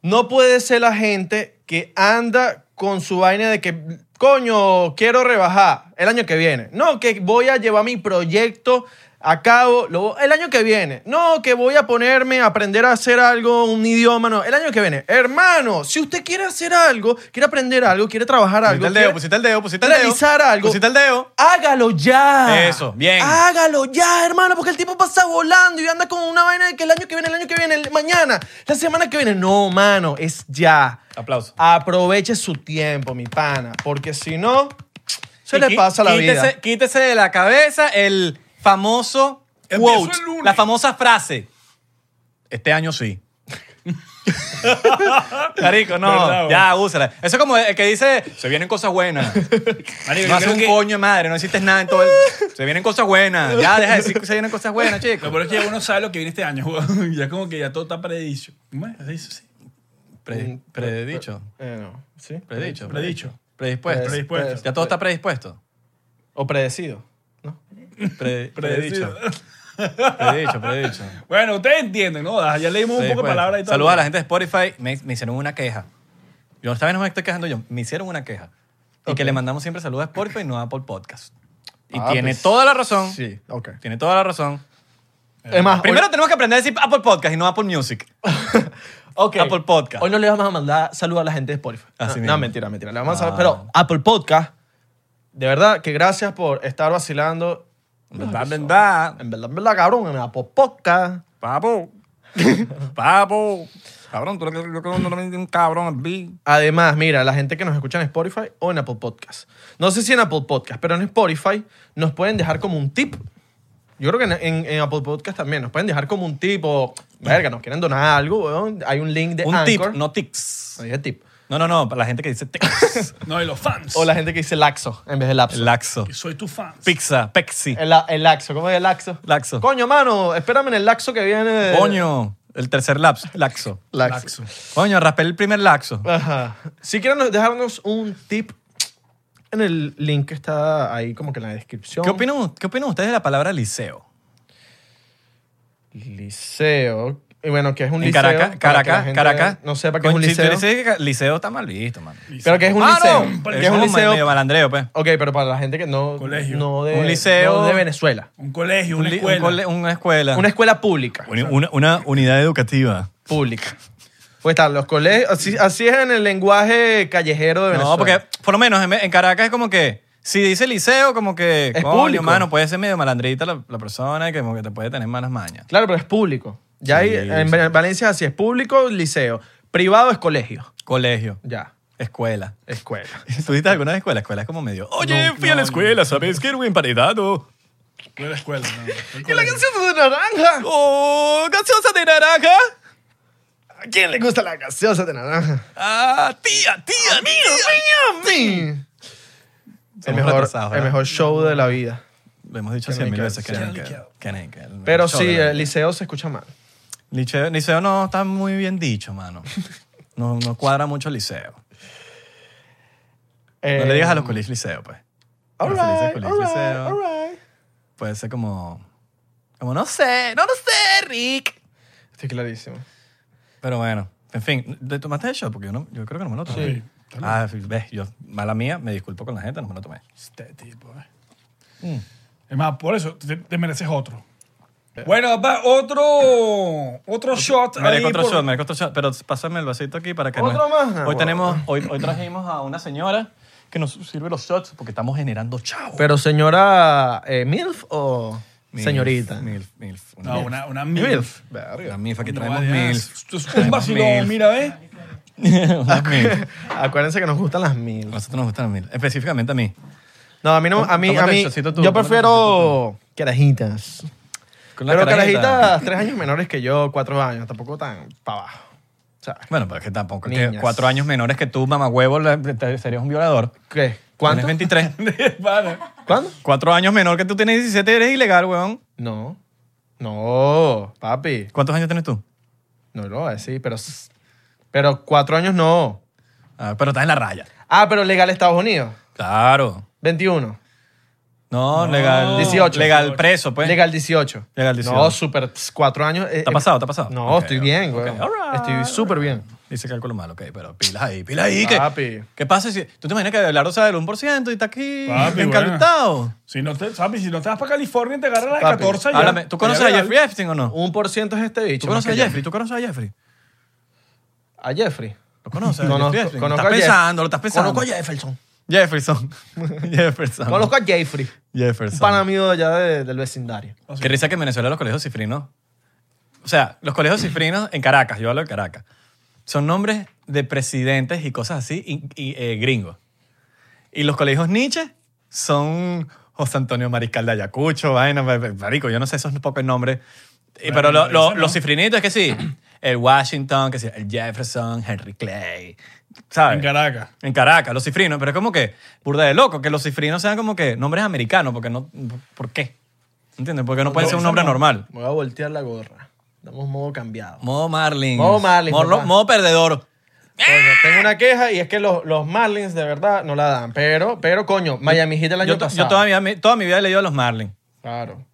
S3: No puede ser la gente que anda con su vaina de que, coño, quiero rebajar el año que viene. No, que voy a llevar mi proyecto a cabo lo- el año que viene. No, que voy a ponerme a aprender a hacer algo, un idioma, no, el año que viene. Hermano, si usted quiere hacer algo, quiere aprender algo, quiere trabajar algo,
S1: Pusiste el dedo, pues,
S3: quiere
S1: pusiste el dedo, pusiste el dedo.
S3: realizar algo,
S1: Pusiste el dedo.
S3: Hágalo ya.
S1: Eso, bien.
S3: Hágalo ya, hermano, porque el tiempo pasa volando y anda con una vaina de que el año que viene, el año que viene, el- mañana, la semana que viene. No, mano, es ya.
S1: Aplauso.
S3: Aproveche su tiempo, mi pana, porque si no, se
S1: Y
S3: le
S1: qui-
S3: pasa la
S1: quítese,
S3: vida.
S1: Quítese de la cabeza el famoso
S2: Empiezo el
S1: quote,
S2: lunes.
S1: la famosa frase. Este año sí. Carico, no,
S2: Verdad, güey.
S1: ya, úsala. Eso es como el que dice, se vienen cosas buenas.
S2: Marico,
S1: No
S2: yo
S1: haces
S2: creo
S1: un
S2: que-
S1: coño de madre, no hiciste nada en todo el... Se vienen cosas buenas. Ya, deja de decir que se vienen cosas buenas,
S2: Lo
S1: chicos.
S2: peor es que ya uno sabe lo que viene este año. weón. ya como que ya todo está predicho. ¿Cómo es? Predicho, sí.
S1: Pre- Predicho.
S3: Eh, no, ¿sí?
S1: Predicho.
S2: Predicho.
S1: Predispuesto.
S2: Predispuesto.
S1: Ya todo está predispuesto.
S3: O predecido. ¿no?
S1: Pre-
S2: Predecido.
S1: Predicho. Predicho, predicho.
S2: Bueno, ustedes entienden, ¿no? Ah, Ya leímos un
S1: Sí,
S2: poco de
S1: pues.
S2: palabras y todo.
S1: Saludos a la gente de Spotify. Me, me hicieron una queja. Yo esta vez no me estoy quejando yo. Me hicieron una queja. Y que le mandamos siempre saludos a Spotify y no a Apple Podcast. Y
S3: Ah,
S1: tiene
S3: pues,
S1: toda la razón.
S3: Sí, ok.
S1: Tiene toda la razón.
S3: Es más,
S1: Eh, Primero
S3: hoy-
S1: tenemos que aprender a decir Apple Podcast y no Apple Music.
S3: ok.
S1: Apple Podcast.
S3: Hoy no le vamos a mandar saludos a la gente de Spotify. Ah,
S1: Así
S3: no,
S1: mismo.
S3: no, mentira, mentira. Le vamos a
S1: Ah.
S3: pero Apple Podcast, de verdad que gracias por estar vacilando
S1: En verdad, en verdad.
S3: En verdad, en verdad, cabrón, en la popoca.
S1: Papo. Papo. Cabrón, tú eres yo creo que no eres un cabrón, B.
S3: Además, mira, la gente que nos escucha en Spotify o en Apple Podcast. No sé si en Apple Podcast, pero en Spotify nos pueden dejar como un tip. Yo creo que en, en- en Apple Podcast también nos pueden dejar como un tip o, verga, nos quieren donar algo, weón. Hay un link de
S1: Un tip,
S3: Anchor.
S1: no tics.
S3: No dije tip.
S1: No, no, no, para la gente que dice tics.
S2: No, y los fans.
S3: O la gente que dice laxo en vez de lapso.
S1: Laxo.
S2: Que soy tu fans.
S1: Pizza, pexi.
S3: El, la- el laxo, ¿cómo es el laxo?
S1: Laxo.
S3: Coño, mano, espérame en el laxo que viene.
S1: Coño, el tercer laps, laxo.
S3: Laxo.
S2: Laxo.
S1: Coño, raspé el primer laxo.
S3: Ajá. Si quieren dejarnos un tip en el link que está ahí como que en la descripción.
S1: ¿Qué opinan, ¿Qué opinan ustedes de la palabra liceo?
S3: Liceo. Y bueno, que es un
S1: En
S3: liceo.
S1: Caracas,
S3: para que la
S1: Caracas,
S3: gente
S1: Caracas.
S3: No sepa qué es un
S1: Coño, si tú
S3: liceo.
S1: dices que ca- liceo está mal visto, man.
S3: Pero que es un
S1: Claro,
S3: liceo.
S1: pero
S3: Que es un
S1: como medio
S3: liceo.
S1: malandreo, pues.
S3: Ok, pero para la gente que no.
S2: Colegio.
S3: No de,
S1: Un liceo.
S3: no de Venezuela.
S2: Un colegio,
S1: Un
S2: una
S1: li- un
S2: escuela.
S1: cole- una escuela.
S3: Una escuela pública.
S1: Una- una- una unidad educativa.
S3: Pública. Pues están los colegios. Así, así es en el lenguaje callejero de Venezuela.
S1: No, porque por lo menos en, en Caracas es como que si dice liceo, como que
S3: Es
S1: coño,
S3: público.
S1: mano, puede ser medio malandrita la, la persona y que como que te puede tener malas mañas.
S3: Claro, pero es público. Ya hay, en Ven- Valencia así es público, liceo. Privado es colegio.
S1: Colegio,
S3: Ya.
S1: escuela.
S3: Escuela.
S1: ¿Estuviste alguna vez en escuela? Escuela es como medio. Oye,
S2: No,
S1: fui a
S2: no,
S1: la
S2: no.
S1: escuela, ¿sabes? Que era un emparedado.
S2: No era escuela. No, fue el
S3: ¿Y la
S2: colegio.
S3: canción de naranja?
S1: Oh, gaseosa de naranja.
S3: ¿A quién le gusta la gaseosa de naranja?
S1: Ah, tía, tía, mío,
S3: El
S1: Somos
S3: mejor,
S1: retrasados,
S3: el
S1: ¿verdad?
S3: mejor show de la vida.
S1: Lo hemos dicho
S3: Qué
S1: cien mil
S3: rico,
S1: veces que
S2: qué
S1: no, que-
S2: rico.
S1: que no, que no.
S3: Pero
S1: Show
S3: sí,
S1: de la-
S3: el liceo se escucha mal.
S1: Liceo, liceo no está muy bien dicho, mano. No, no cuadra mucho liceo. No le digas a los colegios liceo, pues.
S3: Eh, All
S1: No se le dice
S3: right,
S1: colegio
S3: all right,
S1: liceo.
S3: all right.
S1: Puede ser como. Como no sé, no lo sé, Rick.
S3: Estoy clarísimo.
S1: Pero bueno, en fin, ¿te tomaste el shot? Porque yo, no, yo creo que no me lo tomé.
S2: Sí,
S1: Ah, ves, yo, mala mía, me disculpo con la gente, no me lo tomé.
S2: Este tipo, eh. Es más, por eso te, te mereces otro. Bueno, papá, otro, otro shot. ahí
S1: Merezco otro
S2: por-
S1: shot, merezco otro shot. Pero pásame el vasito aquí para que no-
S3: ¿Otro más? Ah,
S1: Hoy,
S3: bueno.
S1: tenemos, hoy, hoy trajimos a una señora que nos sirve los shots porque estamos generando chavo.
S3: Pero señora eh, MILF o
S1: Milf,
S3: señorita.
S1: Milf, milf. Una
S2: No,
S1: milf.
S2: una, una
S3: MILF.
S2: MILF.
S1: Una milf, aquí
S2: No
S1: traemos
S2: vayas.
S1: milf.
S2: Esto es un
S1: Traemos
S2: vacilón,
S1: milf.
S2: mira, ¿ves?
S1: Una milf.
S3: Acuérdense que nos gustan las MILF.
S1: A nosotros nos gustan las milf. Específicamente a mí.
S3: No, a mí no, a mí, a
S1: Tómate el
S3: mí,
S1: shotcito tú,
S3: yo
S1: tómate el
S3: prefiero carajitas.
S1: Con la
S3: Pero
S1: carajita.
S3: carajitas tres años menores que yo, cuatro años, tampoco tan para abajo. ¿Sabes?
S1: Bueno, pero es que tampoco. es que
S3: Niñas.
S1: cuatro años menores que tú, mamagüevo, la- te- serías un violador.
S3: ¿Qué?
S1: ¿Cuántos?
S3: ¿Cuánto?
S1: Tienes 23.
S2: Vale.
S3: ¿Cuándo?
S1: cuatro años menor que tú tienes 17, eres ilegal, weón.
S3: No. No, papi.
S1: ¿Cuántos años tienes tú?
S3: No lo voy a decir, pero. s- Pero cuatro años no.
S1: Ah, pero estás en la raya.
S3: Ah, pero legal Estados Unidos.
S1: Claro.
S3: 21.
S1: No, legal.
S3: 18.
S1: Legal preso, pues.
S3: legal 18.
S1: Legal 18.
S3: No, súper. pss, Cuatro años. eh,
S1: ¿Te ha
S3: eh,
S1: pasado? ¿Te ha pasado?
S3: No,
S1: Ok,
S3: estoy
S1: ok,
S3: bien,
S1: ok,
S3: güey.
S1: all right, all
S3: Estoy súper bien.
S1: Dice cálculo mal, ok, pero pilas ahí, pilas ahí. ¿qué-
S3: Papi.
S1: ¿Qué pasa si tú te imaginas que Abelardo sabe del 1% y está aquí
S2: Papi,
S1: encalentado?
S2: Si no te, papi, si no te vas para California, te agarras la de
S3: Papi,
S2: 14 ya.
S1: Háblame, ¿tú conoces a
S2: Ya,
S1: Jeffrey Epstein o no?
S3: Un por ciento es este bicho.
S1: ¿Tú
S3: más
S1: conoces a
S3: que yo.
S1: Jeffrey? ¿Tú conoces a Jeffrey?
S3: A Jeffrey.
S1: ¿Lo conoces? a
S3: Conozco-
S1: Jeffrey Epstein?
S3: conozco
S1: ¿Estás
S3: a Jeff-
S1: pensando? ¿Lo estás pensando?
S3: Conozco a Jefferson.
S1: Jefferson. Jefferson.
S3: Conozco a Jeffrey. Un
S1: Jefferson.
S3: pan amigo de allá de- del vecindario.
S2: Oh,
S1: Qué risa que en Venezuela los colegios cifrinos. O sea, los colegios cifrinos en Caracas, yo hablo de Caracas, son nombres de presidentes y cosas así y, y, eh, gringos. Y los colegios Nietzsche son José Antonio Mariscal de Ayacucho, vaina, pa- pa- marico, yo no sé esos pocos nombres. Y- pero lo- lo- los cifrinitos es que sí, el Washington, que sí, el Jefferson, Henry Clay, ¿sabes?
S2: En Caracas.
S1: En Caracas, los cifrinos, pero es como que burda de loco que los cifrinos sean como que nombres americanos, porque no. ¿Por qué? ¿Entiendes? Porque no puede ser un nombre normal.
S3: Me voy a voltear la gorra. Damos modo cambiado.
S1: Modo Marlin.
S3: Modo Marlins,
S1: Modo,
S3: papá.
S1: modo perdedor.
S3: Coño, tengo una queja y es que los, los Marlins de verdad no la dan. Pero, pero coño, Miami Heat el año
S1: Yo, to-
S3: pasado.
S1: yo todavía, mi- toda mi vida le dio a los Marlin.
S3: Claro.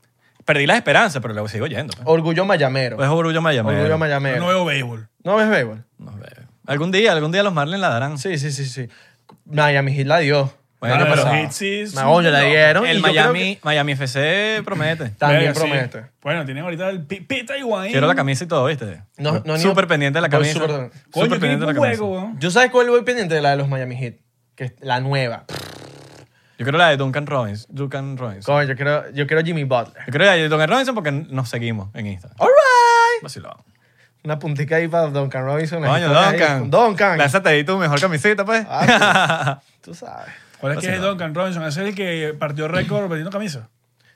S1: Perdí las esperanzas, pero luego sigo yendo. pues.
S3: Orgullo mayamero.
S1: Es orgullo mayamero.
S3: Orgullo
S2: Yo
S3: mayamero.
S2: no veo béisbol.
S3: ¿No ves béisbol?
S1: No, bebé. algún día, algún día los Marlin la darán.
S3: Sí, sí, sí, sí. Miami Heat la dio.
S1: Bueno,
S3: El año
S1: pero-
S3: pasado.
S2: Heat sí es
S3: Me oye,
S2: un
S3: la
S2: pelado.
S3: dieron. y
S1: El
S3: yo creo
S1: Miami, Miami FC promete.
S3: que También
S2: Verga, sí.
S3: promete.
S2: Bueno, tienen ahorita el pi- Pita Higuaín.
S1: Quiero la camisa y todo, ¿viste?
S3: No, no, ni-
S1: súper pendiente de la
S3: Voy
S1: camisa.
S3: súper-
S1: Súper
S2: Coño, qué
S1: pendiente de la
S2: juego,
S1: camisa.
S2: weón.
S3: Yo sabes cuál voy pendiente de la de los Miami Heat, que es la nueva.
S1: Yo quiero la de Duncan Robbins. Duncan Robbins.
S3: Coño, yo quiero, yo quiero Jimmy Butler.
S1: Yo quiero la de Duncan Robinson porque nos seguimos en Instagram.
S3: All right.
S1: Vacilado.
S3: Una puntica ahí para Duncan Robinson. la
S1: Coño,
S3: historia ahí.
S1: Duncan.
S3: Duncan. Ah,
S1: Lánzate ahí tu mejor camiseta, pues.
S3: Tú sabes.
S2: ¿Cuál es que es Duncan Robinson? Ese es el que partió récord vendiendo camisa.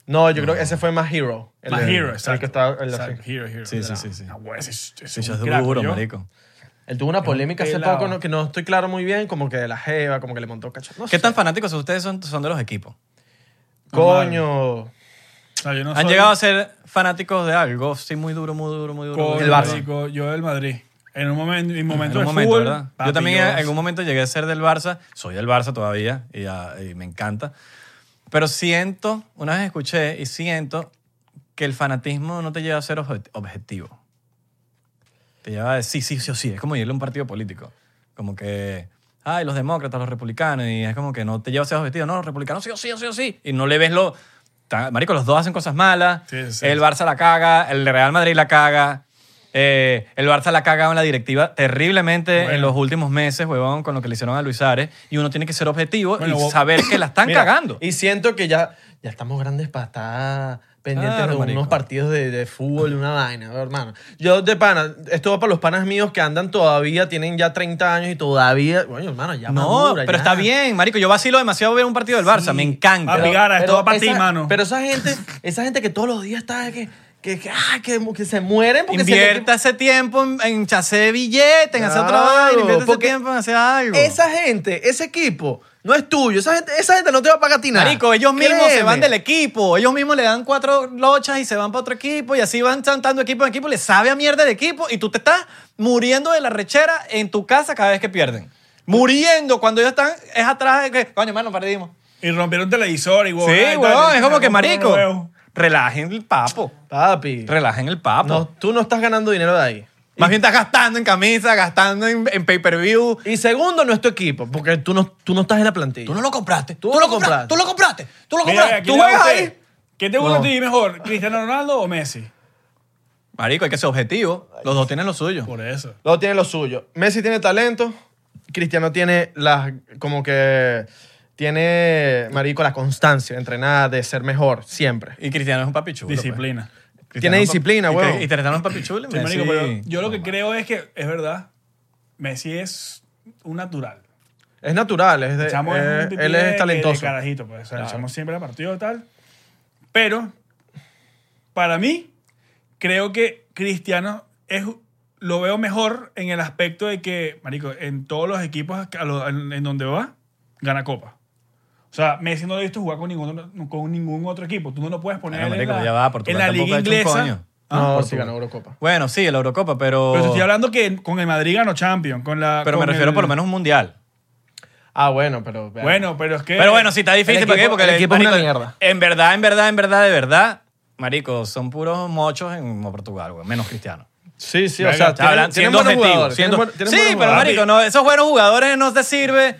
S3: No, yo creo que ese fue más Hero. El
S2: Más
S3: de-
S2: Hero,
S3: El que
S2: exacto.
S3: estaba. El, de-
S2: Exacto, Hero, Hero.
S1: Sí, sí,
S2: No,
S1: sí, sí.
S2: no, güey, ese es- ese
S1: Sí, eso es
S2: un crack,
S1: duro,
S2: ¿oyó?
S1: marico.
S3: Él tuvo una polémica hace
S2: pelado.
S3: poco ¿no? que no estoy claro muy bien, como que de la Jeva, como que le montó cacho. No
S1: ¿Qué
S3: sé.
S1: tan fanáticos ustedes son, son de los equipos?
S3: Coño.
S2: O sea, yo no
S1: ¿Han
S2: soy-
S1: llegado a ser fanáticos de algo? Sí, muy duro, muy duro, muy duro.
S2: Coño,
S1: muy
S3: El
S1: duro.
S3: Barça.
S2: marico, yo del Madrid. En un momento, en un
S1: En un
S2: momento del
S1: momento,
S2: fútbol,
S1: ¿verdad?
S2: papi,
S1: yo también
S2: yo-
S1: en algún momento llegué a ser del Barça. Soy del Barça todavía y, ah, y me encanta. Pero siento, una vez escuché y siento que el fanatismo no te lleva a ser obje- objetivo. Te lleva a decir sí, sí, sí o sí. Es como irle a un partido político. Como que, ay, los demócratas, los republicanos. Y es como que no te lleva a ser objetivo. No, los republicanos sí o sí o sí o sí. Y no le ves lo... ta- Marico, los dos hacen cosas malas.
S2: Sí, sí.
S1: El Barça la caga, el Real Madrid la caga. Eh, el Barça la caga en la directiva terriblemente en los últimos meses, huevón, con lo que le hicieron a Luis Ares. Y uno tiene que ser objetivo
S2: Bueno,
S1: y
S2: vos-
S1: saber que la están
S3: Mira,
S1: cagando.
S3: Y siento que ya, ya estamos grandes para estar pendientes
S1: Claro,
S3: de
S1: marico.
S3: unos partidos de, de fútbol, una vaina, hermano. Yo de pana, esto va para los panas míos que andan todavía, tienen ya 30 años y todavía, bueno, hermano, ya
S1: No,
S3: madura,
S1: pero
S3: ya.
S1: está bien, marico. Yo vacilo demasiado ver un partido del Barça.
S3: Sí.
S1: Me encanta.
S2: Papi, gana, esto va para ti,
S3: esa-
S2: mano.
S3: Pero esa gente, esa gente que todos los días está que, que, que, ah, que, que se mueren porque se-
S1: Invierta ese tiempo en, en hacer billetes, en hacer otra
S3: Claro,
S1: vaina. Invierta ese
S3: porque
S1: tiempo en hacer algo.
S3: Esa gente, ese equipo, no es tuyo. Esa gente, esa gente no te va a pagar a ti nada.
S1: Marico, ellos mismos se
S3: Créeme.
S1: van del equipo. Ellos mismos le dan cuatro lochas y se van para otro equipo. Y así van saltando equipo en equipo. Le sabe a mierda el equipo. Y tú te estás muriendo de la rechera en tu casa cada vez que pierden. Muriendo cuando ellos están. Es atrás de que. Coño, hermano, perdimos.
S2: Y rompieron televisor y
S1: sí,
S2: huevón, ay,
S1: weón.
S2: dale,
S1: Es como que,
S2: compra uno
S1: marico.
S2: nuevo.
S1: Relajen el papo.
S3: Papi,
S1: Relajen el papo.
S3: no, tú no estás ganando dinero de ahí.
S1: Más bien estás gastando en camisa, gastando en, en pay-per-view.
S3: Y segundo, no es tu equipo, porque tú no, tú no estás en la plantilla.
S1: Tú no lo compraste. Tú,
S3: Tú
S1: lo
S3: lo
S1: compraste.
S3: compraste.
S1: Tú lo compraste. Tú lo
S2: Mira,
S1: compraste.
S2: aquí
S1: Tú
S2: le da
S1: juegas
S2: a usted.
S1: ahí.
S2: ¿Qué te gusta
S3: No.
S2: a ti mejor, Cristiano Ronaldo o Messi?
S1: Marico, hay que ser objetivo. Los dos tienen lo suyo.
S2: Por eso.
S3: Luego tiene lo suyo. Messi tiene talento. Cristiano tiene las. como que. Tiene, marico, la constancia, de entrenar, de ser mejor, siempre.
S1: Y Cristiano es un papi chulo. pues.
S2: Disciplina.
S1: Cristiano
S3: Tiene
S1: es un
S3: disciplina,
S1: papi-
S3: huevón.
S1: Y, te- y Cristiano es un papi chulo. y
S2: Sí,
S1: Messi-
S2: marico, pero yo lo que
S1: No,
S2: creo es que, es verdad, Messi es un natural.
S3: Es natural, es de-
S2: El chamo
S3: eh,
S2: es un pipí
S3: él
S2: de- de-
S3: es
S2: de
S3: talentoso.
S2: carajito, pues. O sea, el chamo siempre la partido y tal. Pero, para mí, creo que Cristiano es, lo veo mejor en el aspecto de que, marico, en todos los equipos a lo- en, en donde va, gana copa. O sea, Messi no lo he visto jugar con ningún, con ningún otro equipo. Tú no lo puedes poner
S1: Bueno,
S2: en,
S1: marico,
S2: la,
S1: ya va, Portugal
S2: en la
S1: tampoco
S2: liga
S1: ha hecho un
S2: inglesa.
S1: coño.
S3: no,
S1: Ah,
S3: sí
S1: Portugal.
S3: ganó Eurocopa.
S1: Bueno, sí, la Eurocopa, pero.
S2: Pero te estoy hablando que con el Madrid ganó Champions. Con la,
S1: pero me
S2: con
S1: refiero
S2: el-
S1: por lo menos a un mundial.
S3: Ah, bueno, pero.
S2: Bueno, pero es que...
S1: Pero bueno, sí está difícil.
S3: el
S1: ¿Por qué?
S3: equipo-
S1: Porque
S3: el equipo es una
S1: marico,
S3: mierda.
S1: En verdad, en verdad, en verdad, de verdad, Marico, son puros mochos en Portugal, güey. Menos Cristiano.
S3: Sí, sí, o
S2: Venga,
S3: sea,
S1: Está hablando-
S3: tienen, tienen
S1: siendo
S3: buenos
S1: objetivo,
S3: jugadores.
S1: siendo-
S3: tienen buen- tienen
S1: sí,
S3: buenos
S1: pero
S3: jugadores.
S1: marico, no, esos buenos jugadores no te sirve.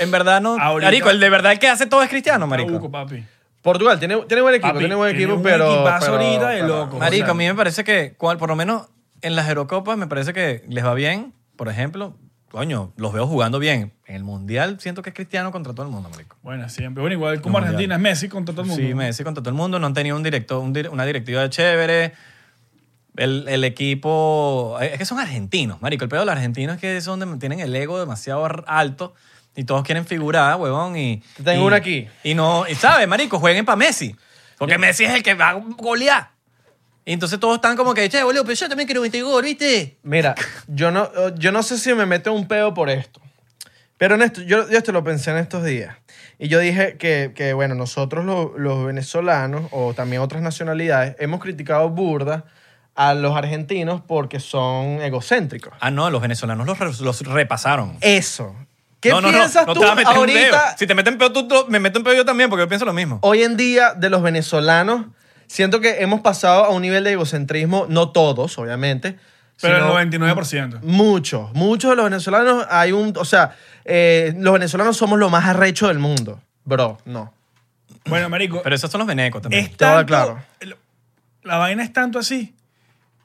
S1: En verdad no.
S2: Ahorita-
S1: marico, el de verdad el que hace todo es cristiano, marico.
S2: Trabuco, papi.
S3: Portugal tiene, tiene buen equipo,
S2: Papi,
S3: tiene buen
S2: tiene
S3: equipo,
S2: un
S3: pero.
S2: equipazo
S3: pero-
S2: ahorita de
S3: pero-
S2: loco.
S1: Marico,
S2: O sea-
S1: a mí me parece que, cual- por lo menos en las Eurocopas, me parece que les va bien. Por ejemplo, coño, los veo jugando bien. En el Mundial siento que es cristiano contra todo el mundo, marico.
S2: Bueno, siempre. Bueno, igual como
S1: No, ya.
S2: Argentina es Messi contra todo el mundo.
S1: Sí, Messi contra todo el mundo. No han tenido un directo, un dir- una directiva chévere. El, el equipo... Es que son argentinos, marico. El pedo de los argentinos es que son de- tienen el ego demasiado ar- alto y todos quieren figurar, huevón. Y,
S3: Te tengo
S1: y-
S3: una aquí.
S1: Y no... Y ¿sabes, marico? Jueguen para Messi. Porque Messi es el que va a golear. Y entonces todos están como que, che, boludo, pero yo también quiero 20 gol, ¿viste?
S3: Mira, yo no, yo no sé si me meto un pedo por esto. Pero en esto, yo, yo te lo pensé en estos días. Y yo dije que, que, bueno, nosotros lo- los venezolanos o también otras nacionalidades hemos criticado burda a los argentinos porque son egocéntricos.
S1: Ah, no, los venezolanos los, re- los repasaron.
S3: Eso. ¿Qué
S1: no, no, no,
S3: piensas
S1: no te
S3: tú
S1: vas a meter un dedo.
S3: ahorita,
S1: Si te meten peor, tú, tú- me meten peor yo también, porque yo pienso lo mismo.
S3: hoy en día, de los venezolanos? Siento que hemos pasado a un nivel de egocentrismo, no todos, obviamente.
S2: Pero
S3: sino-
S2: el
S1: mm,
S2: 99%.
S3: Muchos, muchos de los venezolanos hay un, o sea, eh, los venezolanos somos lo más arrecho del mundo, bro, no.
S1: mm.
S2: Bueno, marico,
S1: Pero esos son los venecos también.
S2: es
S3: Todo
S2: tanto...
S3: claro.
S2: La vaina es tanto así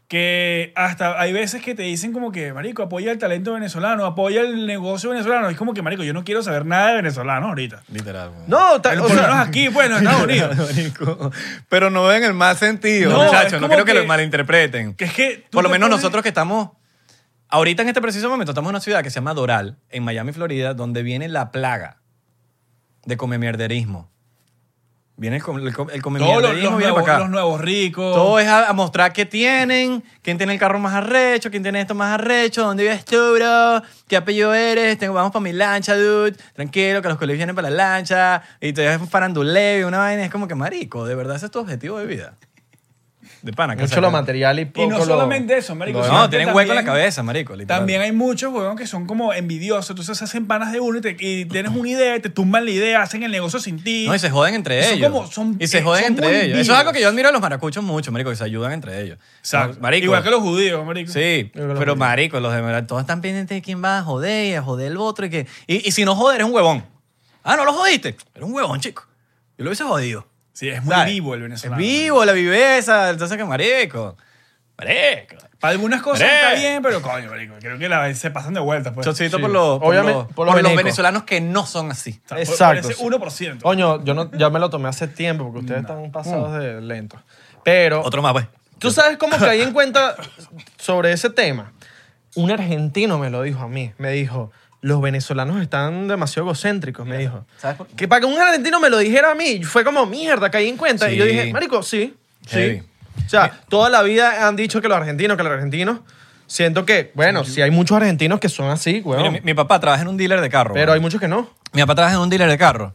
S2: que hasta hay veces que te dicen como que, marico, apoya el talento venezolano, apoya el negocio venezolano. Es como que, marico, yo no quiero saber nada de venezolano ahorita.
S5: Literal. weón.
S3: No, ta-
S2: Pero
S3: o
S2: por lo
S3: sea,
S2: menos aquí, bueno, en Estados Unidos.
S5: Marico. Pero no en el más sentido,
S2: No, es
S5: muchachos. No
S2: como
S5: quiero que,
S2: que-
S5: lo malinterpreten.
S2: Que es que... tú
S1: Por lo
S2: te
S1: menos
S2: pones-
S1: nosotros que estamos. Ahorita en este preciso momento estamos en una ciudad que se llama Doral, en Miami, Florida, donde viene la plaga de comemierderismo. Viene el, com- el, com- el
S2: Todos los,
S1: comemierderismo,
S2: los
S1: viene
S2: nuevos,
S1: para acá.
S2: los nuevos ricos.
S1: Todo es a, a mostrar qué tienen, quién tiene el carro más arrecho, quién tiene esto más arrecho, dónde vives tú, bro, qué apellido eres, Tengo- vamos para mi lancha, dude, tranquilo, que los colegios vienen para la lancha, y te un faranduleo y una vaina, es como que marico, de verdad ese es tu objetivo de vida. De pana, que
S3: mucho
S1: saca-
S3: lo material y poco
S2: Y no
S3: lo-
S2: solamente eso, marico. sino
S1: No,
S2: que
S1: tienen hueco en la
S2: también-
S1: cabeza, marico, literal.
S2: También hay muchos, weón, que son como envidiosos. Entonces se hacen panas de uno y, te- y tienes una idea, te tumban la idea, hacen el negocio sin ti.
S1: No, y se joden entre
S2: Son
S1: ellos.
S2: como- son-
S1: y se
S2: eh,
S1: joden
S2: son muy
S1: entre ellos. Eso es
S2: vivos.
S1: algo que yo admiro a los maracuchos mucho, marico, que se ayudan entre ellos.
S2: Exacto.
S1: No, marico.
S2: Igual que los judíos, marico.
S1: Sí,
S3: que los
S1: pero
S3: judíos.
S1: marico, los demás, todos están pendientes de quién va a joder y a joder el otro. Y, que, y, y si no joder, eres un huevón. Ah, no lo jodiste. Eres un huevón, chico. Yo lo hubiese jodido.
S2: Sí, es muy
S1: ¿Sabes?
S2: vivo el venezolano.
S1: Es vivo, la viveza. Entonces, que marico. Marico.
S2: Para algunas cosas
S1: ¡Eh!
S2: está bien, pero coño, marico, creo que la, se pasan de vuelta. Pues.
S1: Chocito
S3: Sí.
S1: por, los, por,
S3: Obviamente,
S1: los,
S3: por los
S1: por los
S3: venecos.
S1: venezolanos que no son así.
S2: O sea, por-
S3: Exacto.
S2: Por ese 1%.
S3: Coño, yo no, ya me lo tomé hace tiempo porque ustedes están pasados de lentos. Pero
S1: Otro más, pues.
S3: tú sabes cómo caí en cuenta sobre ese tema. Un argentino me lo dijo a mí. Me dijo, los venezolanos están demasiado egocéntricos, me dijo.
S1: ¿Sabes por qué?
S3: Que para que un argentino me lo dijera a mí, fue como mierda, caí en cuenta. Y yo
S1: Sí. Eh.
S3: dije, marico, sí, sí.
S1: Heavy.
S3: O sea, toda la vida han dicho que los argentinos, que los argentinos. Siento que, bueno, sí hay muchos argentinos que son así,
S1: Mira,
S3: weón.
S1: mi, mi papá trabaja en un dealer de carro.
S3: pero hay muchos que no.
S1: Mi papá trabaja en un dealer de carro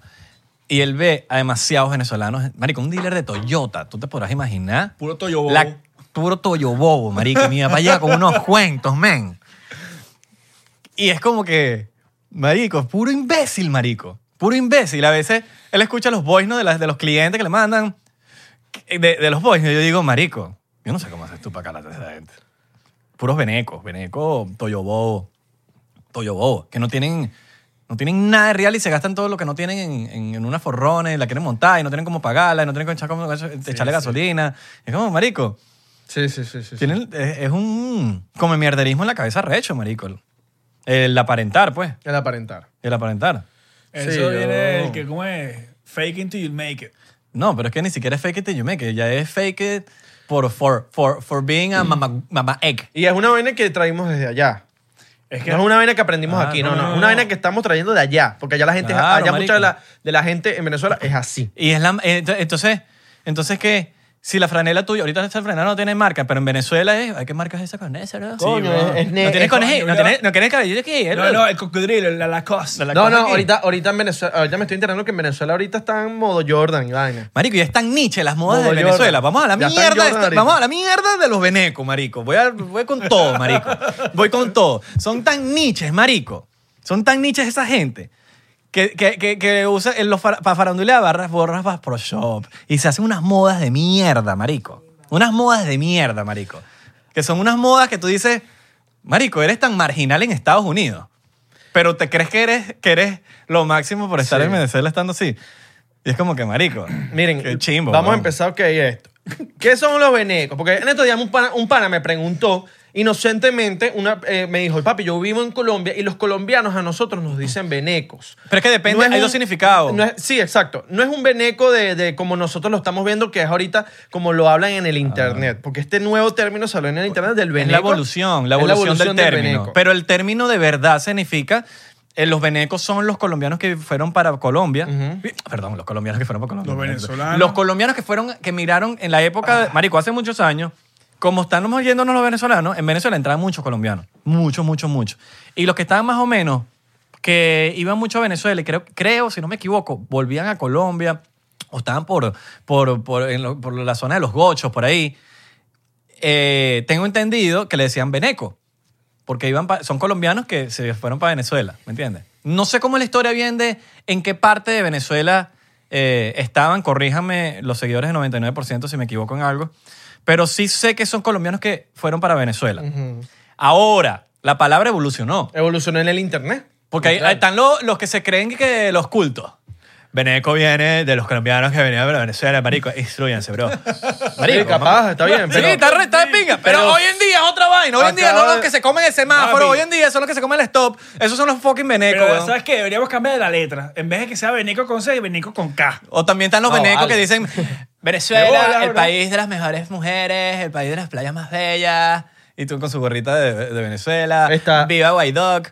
S1: y él ve a demasiados venezolanos. Marico, un dealer de Toyota, tú te podrás imaginar.
S2: Puro toyobobo.
S1: La, puro Toyo Bobo, marico. Y Mi papá llega con unos cuentos, men. Y es como que, marico, puro imbécil, marico. Puro imbécil. A veces él escucha los voice notes de, las- de los clientes que le mandan, de, de los voice notes. Yo digo, marico, yo no sé cómo haces tú para calarte a esa gente. Puros venecos, veneco, Toyo Bobo. Toyo Bobo, que no tienen, no tienen nada de real y se gastan todo lo que no tienen en, en, en unas forrones, la quieren montar y no tienen cómo pagarla, y no tienen cómo echar- cómo echarle gasolina. Es como, marico,
S3: Sí, sí, sí, sí.
S1: tienen, es, es un como mierderismo en la cabeza recho, marico. El, el aparentar, pues,
S3: El aparentar.
S1: el aparentar.
S2: Eso
S3: Sí, yo-
S2: viene el que, ¿cómo es? Fake until you make it.
S1: No, pero es que ni siquiera es fake it till you make it, ya es fake it por, for, for, for being a mama, mama egg.
S3: Y es una vaina que traímos desde allá.
S2: Es que
S3: no es una vaina que aprendimos
S1: Ah,
S3: aquí,
S1: no,
S3: no, no,
S2: no,
S3: Es
S2: no.
S3: una vaina que estamos trayendo de allá. Porque allá la gente, es-
S1: Claro,
S3: allá mucha de la,
S1: marico.
S3: de la gente en Venezuela es así.
S1: Y es la. ent- Entonces, entonces que si la franela tuya, ahorita esa franela no tiene marca, pero en Venezuela es. ay, ¿Qué marca es esa con esa, bro?
S3: Coño,
S1: bro.
S3: es- es ne-
S1: No tienes
S3: es-
S1: con ese- no
S2: coño,
S1: tienes
S2: bro.
S1: no tienes cabello aquí. eh,
S2: No,
S1: bro.
S2: no, el cocodrilo, la Lacoste.
S1: La-
S3: No,
S1: cosa
S3: no,
S1: aquí.
S3: ahorita, ahorita en Venezuela, ahorita me estoy enterando que en Venezuela ahorita está en modo Jordan y vaina.
S1: Marico, ya están niche las modas
S3: Modo
S1: de
S3: Jordan.
S1: Venezuela. Vamos a la
S3: Ya están
S1: mierda.
S3: Jordan
S1: esta-
S3: ahorita.
S1: vamos a la mierda de los venecos, marico. Voy, a- voy con todo, marico. Voy con todo. Son tan niches, marico. Son tan niches esa gente. Que, que, que, que usa en los para farandulear barras borras vas pro shop. Y se hacen unas modas de mierda, marico. Unas modas de mierda, marico. Que son unas modas que tú dices, marico, eres tan marginal en Estados Unidos. Pero te crees que eres, que eres lo máximo por estar
S3: Sí.
S1: en Venezuela estando así. Y es como que, marico.
S3: Miren,
S1: qué chimbo.
S3: vamos a
S1: weón.
S3: empezar, ok, esto. ¿Qué son los venecos? Porque en estos días un pana, un pana me preguntó, inocentemente, una, eh, me dijo, papi, yo vivo en Colombia y los colombianos a nosotros nos dicen venecos.
S1: Pero es que depende,
S3: No es
S1: hay
S3: un-
S1: dos significados.
S3: no es- sí, exacto. No es un veneco de, de como nosotros lo estamos viendo, que es ahorita como lo hablan en el internet. Porque este nuevo término se habló en el internet
S1: Ah.
S3: del
S1: Es
S3: veneco.
S1: la evolución, la
S3: Es
S1: evolución, del término.
S3: veneco.
S1: Pero el término de verdad significa. eh, los venecos son los colombianos que fueron para Colombia. Eh, Perdón, los colombianos que fueron para Colombia.
S2: Los venezolanos.
S1: Los colombianos que fueron, que migraron en la época,
S3: Ah.
S1: de- marico, hace muchos años, como estábamos yéndonos los venezolanos, en Venezuela entraban muchos colombianos. Muchos, muchos, muchos. Y los que estaban más o menos, que iban mucho a Venezuela, y creo, creo si no me equivoco, volvían a Colombia o estaban por, por, por, en lo- por la zona de los gochos, por ahí. eh, tengo entendido que le decían veneco porque iban pa- son colombianos que se fueron para Venezuela, ¿me entiendes? No sé cómo es la historia bien de en qué parte de Venezuela eh, estaban, corríjame los seguidores del 99% si me equivoco en algo, pero sí sé que son colombianos que fueron para Venezuela. Ahora, la palabra evolucionó,
S3: Evolucionó en el internet.
S1: porque ahí- ahí están lo- los que se creen que los cultos. Veneco viene de los colombianos que venían de Venezuela, marico. Instruyanse, bro.
S3: Sí, capaz, está bien,
S1: sí,
S3: pero...
S1: está, re- está de pinga. Pero,
S3: pero-
S1: hoy en día es otra vaina. Hoy en día no
S3: Acaba
S1: los que se comen el semáforo.
S2: Papi.
S1: Hoy en día son los que se comen el stop. Esos son los fucking venecos,
S2: Pero,
S1: weón.
S2: ¿sabes qué? Deberíamos cambiar la letra. En vez de que sea Benico con C, Benico con K.
S1: O también están los
S3: No,
S1: venecos
S3: vale.
S1: que dicen
S2: Me
S1: Venezuela,
S2: voy, la
S1: el
S2: bro.
S1: país de las mejores mujeres, el país de las playas más bellas. Y tú con su gorrita de, de Venezuela.
S3: Está.
S1: Viva Guaidoc.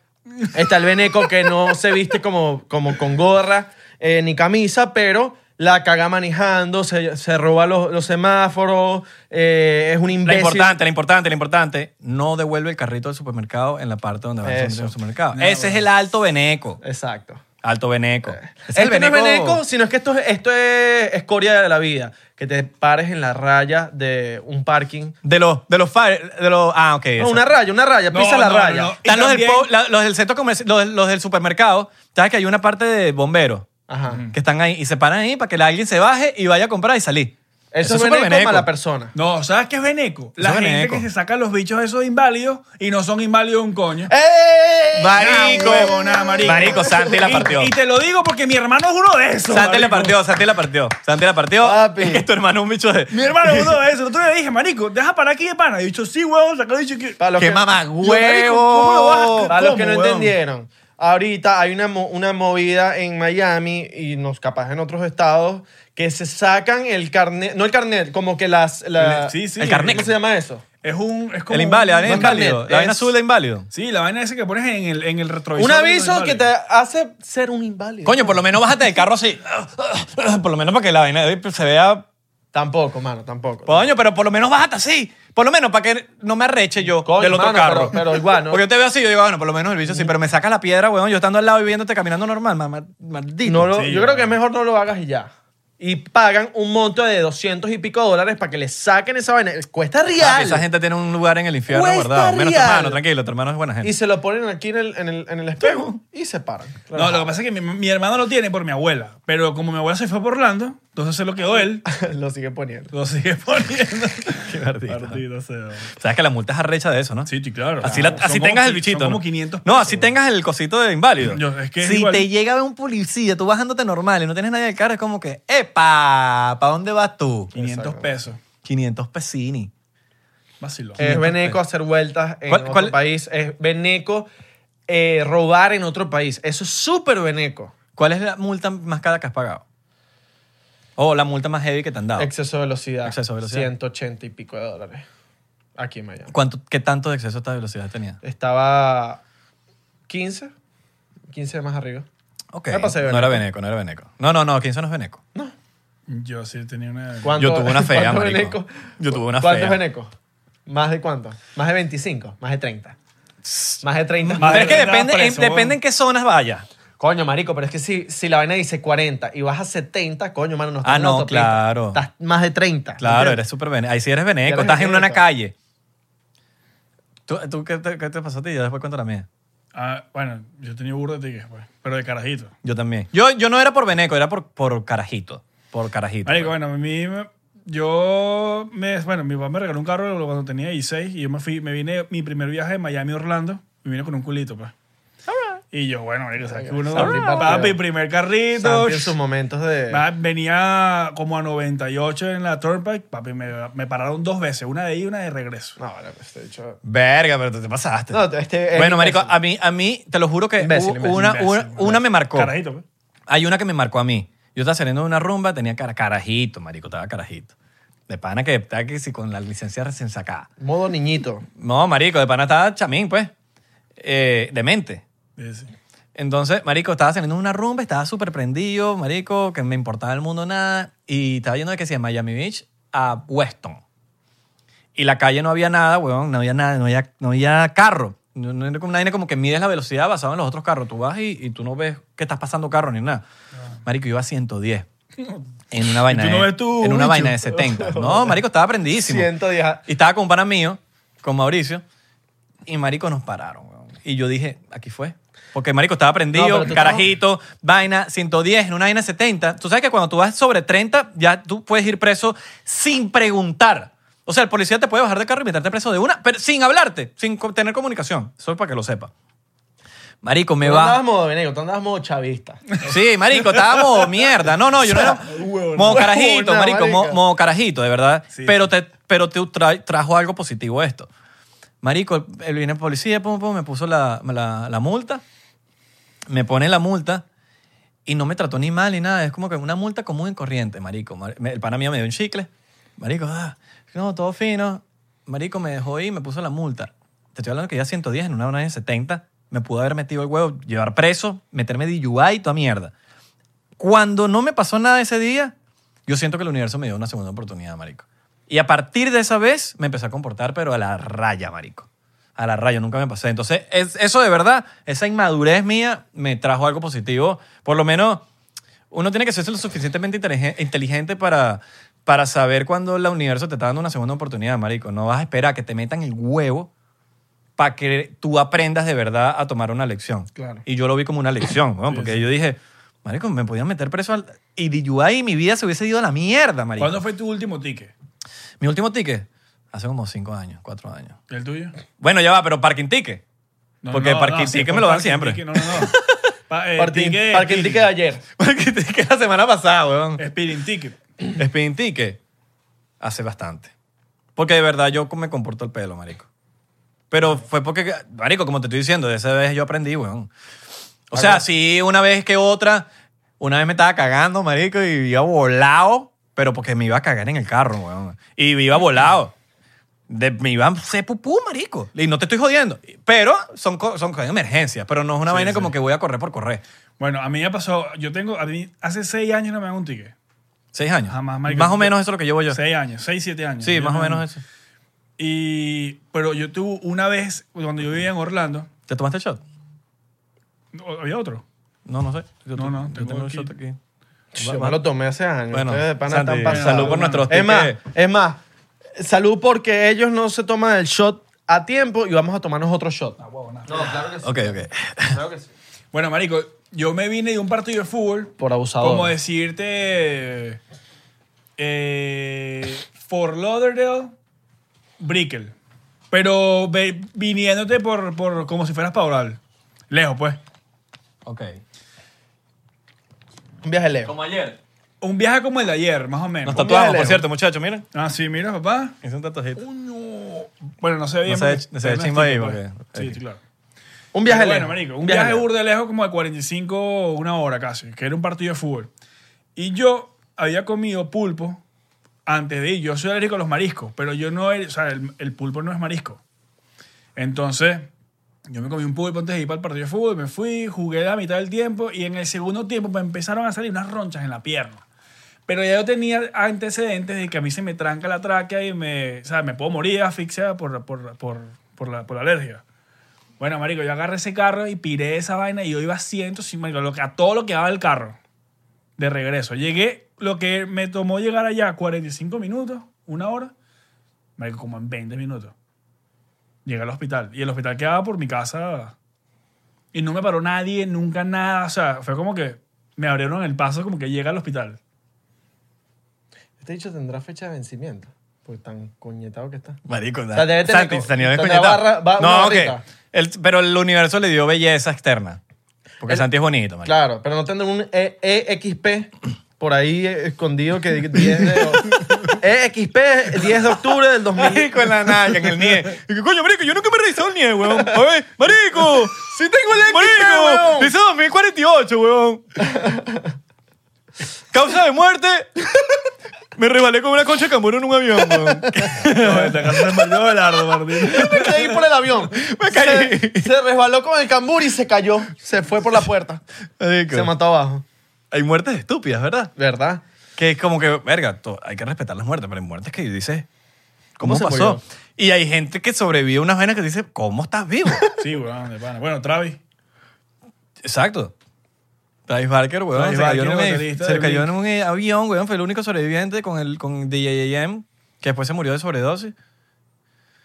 S3: Está el veneco que no se viste como, como con gorra eh, ni camisa, pero la caga manejando, se, se roba los, los semáforos, eh, es un
S1: La
S3: imbécil.
S1: importante, la importante, la importante. No devuelve el carrito del supermercado en la parte donde va el
S3: Eso.
S1: supermercado. Ese es el alto veneco.
S3: Exacto.
S1: Alto veneco. Es
S3: Es el veneco, Eh. no es veneco, sino es que esto, esto es escoria de la vida. Que te pares en la raya de un parking.
S1: De los, de los, fire- de los, ah, ok.
S3: No,
S1: eso.
S3: una raya, una raya,
S2: No,
S3: pisa la
S2: no,
S3: raya.
S2: no.
S1: Están
S2: Y
S1: los del,
S2: también-
S1: po- la- los del centro comercial, los, los del supermercado. Sabes que hay una parte de bomberos
S3: Ajá.
S2: Mm.
S1: que están ahí y se paran ahí para que la- alguien se baje y vaya a comprar y salir.
S3: Eso,
S1: es
S3: es
S1: súper
S3: veneco, mala persona.
S2: No, ¿sabes qué es Beneco? La
S1: es
S2: gente
S1: veneco.
S2: que se saca los bichos esos inválidos y no son inválidos un coño.
S3: ¡Eh! ¡Ey!
S1: Marico,
S2: Nah,
S3: ¡Eh!
S2: huevo, nah, marico.
S1: Eh, Marico, Santi la
S2: Y-
S1: partió.
S2: Y, te lo digo porque mi hermano es uno de esos.
S1: Santi la
S2: marico.
S1: partió, Santi la partió. Santi la partió.
S3: Papi.
S1: Es que tu hermano es un bicho de.
S2: Mi hermano es uno de esos. Tú le dije, marico, deja para aquí de pana. Y dicho, sí, huevo, saca el bicho que...
S3: Para los
S1: ¡Qué
S3: que-
S2: marico, ¿cómo lo vas
S1: mamagüevo!
S2: a-
S3: Para los que no
S2: ¿Cómo, weón?
S3: entendieron, ahorita hay una, mo- una movida en Miami y nos capaz en otros estados que se sacan el carnet, no el carnet, como que las... la-
S2: Sí, sí.
S1: El carnet.
S3: ¿Cómo se llama eso?
S2: Es un... Es como
S1: El inválido,
S2: un-
S1: el
S3: No es
S1: inválido.
S3: carnet,
S1: La vaina
S3: es-
S1: azul de inválido.
S2: Sí, la vaina esa que pones en el, en el retrovisor.
S3: Un
S2: de Pues los
S3: aviso que
S2: inválidos.
S3: te hace ser un inválido.
S1: Coño, por lo menos bájate del carro así. Por lo menos para que la vaina de hoy pues, se vea.
S3: Tampoco, mano, tampoco.
S1: Coño, pero por lo menos bájate así. Por lo menos para que no me arreche yo
S3: Coño,
S1: del otro
S3: mano,
S1: carro.
S3: pero- pero igual, ¿no?
S1: Porque yo te veo así, yo digo, bueno, por lo menos el bicho sí, pero me saca la piedra, weón. Yo estando al lado y viéndote caminando normal, mamá, maldito.
S3: No lo-
S2: Sí,
S3: yo creo que es mejor no lo hagas y ya. Y pagan un monto de 200 y pico dólares para que le saquen esa vaina. Cuesta
S1: Papi,
S3: real.
S1: esa gente tiene un lugar en el infierno
S3: Cuesta
S1: guardado. Menos tu
S3: real.
S1: hermano, tranquilo, tu hermano es buena gente.
S3: Y se lo ponen aquí en el, en el, en el espejo y se paran.
S2: No, lo que pasa es que mi, mi hermano lo tiene por mi abuela. Pero como mi abuela se fue por Orlando, entonces se lo quedó él.
S3: lo sigue poniendo.
S2: Lo sigue poniendo.
S1: Qué ardida.
S2: Partido, o sea.
S1: Sabes que la multa es arrecha de eso, ¿no?
S2: Sí, sí, claro.
S1: Así, la-
S2: Son
S1: así
S2: como
S1: tengas
S2: qui-
S1: el bichito.
S2: Son como
S1: ¿no?
S2: 500
S1: No,
S2: pesos,
S1: así
S2: güey.
S1: tengas el cosito de inválido.
S2: Yo- es que es
S1: si
S2: igual.
S1: te llega un policía, tú bajándote normal y no tienes nadie del carro, es como que, ¡epa! ¿Para dónde vas tú?
S2: 500 pesos.
S1: 500 pesini.
S2: Vacilón.
S3: Eh,
S1: Eh.
S3: Es veneco hacer vueltas en
S1: ¿Cuál-
S3: otro
S1: cuál-
S3: país. Es veneco eh, robar en otro país. Eso es súper veneco.
S1: ¿Cuál es la multa más cara que has pagado? O la multa más heavy que te han dado.
S3: Exceso de velocidad.
S1: Ah, Exceso de velocidad.
S3: 180 y pico de dólares. Aquí en Miami.
S1: ¿Cuánto, ¿Qué tanto de exceso esta velocidad tenía?
S3: Estaba 15. 15 más arriba.
S1: Ok.
S3: Me pasé de
S1: No era veneco,
S3: Veneco.
S1: no era veneco. No, no, no, 15 no es veneco.
S2: Yo sí tenía una.
S3: ¿Cuánto-
S1: Yo tuve una fea,
S3: cuánto
S1: marico.
S3: veneco?
S1: Yo tuve una
S3: ¿Cuánto
S1: fea.
S3: es veneco? ¿Más de cuánto? ¿Más de 25? ¿Más de 30? ¿Más de 30?
S2: Más
S1: Pero
S2: de-
S1: es que
S2: Estaba
S1: depende,
S2: preso,
S1: en, depende en qué zonas vaya.
S3: Coño, marico, pero es que si, si la vaina dice 40 y vas a 70, coño, mano, no estás
S1: Ah,
S3: en la
S1: no,
S3: autopista.
S1: claro.
S3: Estás más de 30.
S1: Claro,
S3: ¿entiendes?
S1: eres súper veneco. Ahí sí eres veneco.
S3: eres
S1: Estás en una
S3: veneco.
S1: calle. ¿Tú, tú qué, te, qué te pasó a ti? Ya después cuento la mía.
S2: Ah, bueno, yo tenía burro de tickets, pues. Pero de carajito.
S1: Yo también. Yo, yo no era por veneco, era por, por carajito. Por carajito.
S2: Marico, bueno, a mí. me- Yo. Me, bueno, mi papá me regaló un carro cuando tenía 16 y yo me fui. Me vine mi primer viaje de Miami a Orlando. Me vine con un culito, pues. Y yo, bueno, marico, ¿sabes que uno.
S3: Santi
S1: eh.
S2: Papi,
S3: partió.
S2: primer
S3: Santi
S2: carrito.
S3: en sus momentos de...
S2: Va- Venía como a 98 en la Turnpike. Papi, me, me pararon dos veces, una de ida y una de regreso.
S3: No, vale, pues te he dicho...
S1: Verga, pero tú te pasaste.
S3: No, este es
S1: bueno, marico,
S3: imbécil.
S1: a mí, a mí, te lo juro que
S3: Imbécil,
S1: hubo
S3: imbécil,
S1: una,
S2: imbécil,
S1: una,
S2: imbécil.
S1: una me marcó.
S2: Carajito, pues.
S1: Hay una que me marcó a mí. Yo estaba saliendo de una rumba, tenía cara, carajito, marico, estaba carajito. De pana que estaba que si con la licencia recién sacada.
S3: Modo niñito.
S1: No, marico, de pana estaba chamín, pues. Eh, demente.
S2: Sí, sí.
S1: Entonces, marico, estaba saliendo de una rumba, estaba súper prendido, marico, que me importaba el mundo nada. Y estaba yendo de que sea Miami Beach a Weston. Y la calle no había nada, weón, no había nada, no había, no había carro. No, no era como una vaina como que mides la velocidad basado en los otros carros. Tú vas y, y tú no ves que estás pasando carro ni nada. Marico, iba a 110. En una vaina,
S2: Ah. tú no
S1: de-
S2: ves tu
S1: en una
S2: bicho?
S1: vaina de 70. No, marico, estaba prendidísimo.
S3: 110.
S1: Y estaba con un pana mío, con Mauricio, y marico nos pararon. weón. Y yo dije, aquí fue. Porque marico estaba
S3: No,
S1: prendido,
S3: pero tú
S1: carajito, vaina 110, en una vaina 70. Tú sabes que cuando tú vas sobre 30, ya tú puedes ir preso sin preguntar. O sea, el policía te puede bajar de carro y meterte preso de una, pero sin hablarte, sin co- tener comunicación. Eso es para que lo sepa. Marico, me
S3: Tú no andabas
S1: va.
S3: modo venego, tú andabas modo chavista.
S2: Eh,
S1: Sí, marico, estábamos mierda. No, no, yo no era.
S2: huevona.
S1: Modo carajito,
S3: Huevona,
S1: marico, mo-
S3: marica.
S1: modo carajito, de verdad.
S2: Sí,
S1: pero te, pero te tra- trajo algo positivo esto. Marico, el- el viene policía, pum, pum, me puso la, la- la multa. Me pone la multa y no me trató ni mal ni nada. Es como que una multa común y corriente, marico. Mar- me- El pana mío me dio un chicle. Marico, ah, no, todo fino. Marico me dejó ir, me puso la multa. Te estoy hablando que ya 110, en una hora de 70, me pudo haber metido el huevo, llevar preso, meterme DUI y toda mierda. Cuando no me pasó nada ese día, yo siento que el universo me dio una segunda oportunidad, marico. Y a partir de esa vez me empecé a comportar, pero a la raya, marico. A la raya, nunca me pasé. Entonces, es- eso de verdad, esa inmadurez mía me trajo algo positivo. Por lo menos, uno tiene que ser lo suficientemente inteligen- inteligente para, para saber cuando el universo te está dando una segunda oportunidad, marico. No vas a esperar a que te metan el huevo para que tú aprendas de verdad a tomar una lección.
S3: Claro.
S1: Y yo lo vi como una lección, weón, porque yo dije, marico, me podían meter preso al... Y DUI y mi vida se hubiese ido a la mierda, marico.
S2: ¿Cuándo fue tu último ticket?
S1: Mi último ticket, hace como cinco años, cuatro años.
S2: ¿El tuyo?
S1: Bueno, ya va, pero parking ticket. Porque parking
S2: sí,
S1: ticket
S2: fue
S1: me lo dan
S2: parking
S1: siempre.
S2: ticket, No, no, no. Pa- eh,
S3: Parking
S2: ticket de
S3: parking ticket de
S2: speeding.
S3: ayer.
S1: Parking ticket la semana pasada, weón.
S2: Speeding ticket.
S1: Spin ticket hace bastante. Porque de verdad yo me comporto el pelo, marico. Pero fue porque, marico, como te estoy diciendo, de esa vez yo aprendí, weón. O sea, sí, una vez que otra, una vez me estaba cagando, marico, y iba volado, pero porque me iba a cagar en el carro, weón. Y iba volado. De, me iba a hacer pupú, marico. Y no te estoy jodiendo. Pero son, co- son cosas de emergencia. Pero no es una vaina como que voy a correr por correr.
S2: Bueno, a mí ya pasó. Yo tengo. A mí, hace seis años no me dan un ticket.
S1: Seis años.
S2: Jamás, marico.
S1: Más o menos eso es lo que llevo yo.
S2: Seis años, seis, siete años.
S1: Sí,
S2: Yo
S1: más o
S2: no-
S1: menos eso.
S2: Y, pero yo tuve una vez, cuando yo vivía en Orlando,
S1: ¿Te tomaste el shot?
S2: ¿no? había otro.
S1: No, no sé. Yo
S2: No,
S1: te-
S2: no,
S1: yo
S2: tengo
S1: tengo el
S2: aquí.
S1: shot aquí.
S3: Yo me lo tomé hace años.
S1: Bueno,
S3: Ustedes de pana
S1: Santi,
S3: están pasados.
S1: salud por nuestros
S3: Es más,
S1: tickets.
S3: es más, salud porque ellos no se toman el shot a tiempo y vamos a tomarnos otro
S2: Ah,
S3: shot. No, claro que
S1: Ok, ok.
S3: Claro que sí.
S2: Bueno, marico, yo me vine de un partido de fútbol.
S3: Por abusador.
S2: Como decirte. Eh, Fort Lauderdale, Brickell. Pero ve- viniéndote por, por como si fueras Paural. Lejos, pues.
S1: Ok.
S3: Un viaje lejos.
S1: Como ayer.
S2: Un viaje como el de ayer, más o menos.
S1: Nos tatuamos, por
S3: Leo.
S1: cierto, muchachos, miren.
S2: Ah, sí, mira, papá.
S1: Hice un tatuajito.
S2: Bueno, no se ve bien.
S1: se ve
S2: porque
S1: ch- no se ve
S2: es
S1: chimbo ahí,
S2: plástico,
S1: porque-
S2: pues. Sí,
S1: ok.
S2: sí, claro.
S3: Un viaje
S2: Pero
S3: lejos.
S2: Bueno, marico, un viaje,
S3: lejos.
S2: burda de lejos como de 45, una hora casi, que era un partido de fútbol. Y yo había comido pulpo antes de ir. Yo soy alérgico a los mariscos, pero yo no, era- o sea, el, el pulpo no es marisco. Entonces, yo me comí un pulpo antes de ir para el partido de fútbol, me fui, jugué la mitad del tiempo y en el segundo tiempo me empezaron a salir unas ronchas en la pierna. Pero ya yo tenía antecedentes de que a mí se me tranca la tráquea y me, o sea, me puedo morir asfixiada por, por, por, por la, por la alergia. Bueno, marico, yo agarré ese carro y piré esa vaina y yo iba a 105, marico, lo que, a todo lo que daba el carro de regreso. Llegué, lo que me tomó llegar allá, 45 minutos, una hora, marico, como en 20 minutos. Llegué al hospital y el hospital quedaba por mi casa y no me paró nadie, nunca nada, o sea, fue como que me abrieron el paso como que llega al hospital.
S3: Este dicho tendrá fecha de vencimiento. Porque tan coñetado que está.
S1: Marico, da-
S3: sea, debe tener
S1: Santi,
S3: co-
S1: salió
S3: tendrá
S1: desconectado.
S3: barra- ba- una
S1: No,
S3: barrita.
S1: ok. El- pero el universo le dio belleza externa. Porque
S3: El-
S1: Santi es bonito, marico.
S3: Claro, pero no tendrá un E- EXP por ahí eh, escondido que diga 10 de... EXP 10 de octubre del 2000.
S1: Marico en la nalga, en el nie. Y que, coño, marico, yo nunca me he revisado el nie, weón. A ver, marico. Sí tengo el
S3: XP,
S1: Marico,
S3: weón.
S1: dice 2048, weón. Causa de muerte. Me rebalé con una concha de cambur en un avión, weón.
S2: Te agarré el marido de Lardo, Martín.
S3: Me caí por el avión.
S1: Me caí.
S3: Se, se resbaló con el cambur y se cayó. Se fue por la puerta.
S1: Marico.
S3: Se mató abajo.
S1: Hay muertes estúpidas, ¿verdad?
S3: ¿Verdad?
S1: Que es como que, verga, to- hay que respetar las muertes, pero hay muertes que dices, ¿cómo,
S3: ¿Cómo se
S1: pasó?
S3: murió?
S1: Y hay gente que sobrevive a unas vainas que dice, ¿cómo estás vivo?
S2: Sí, weón, de pana. Bueno, Travis.
S1: Exacto. Travis Barker, weón,
S2: Travis
S1: se cayó,
S2: Barker,
S1: en, un, e,
S2: baterista
S1: se
S2: de
S1: cayó en un e, avión, weón, fue el único sobreviviente con, el, con DJM, que después se murió de sobredosis.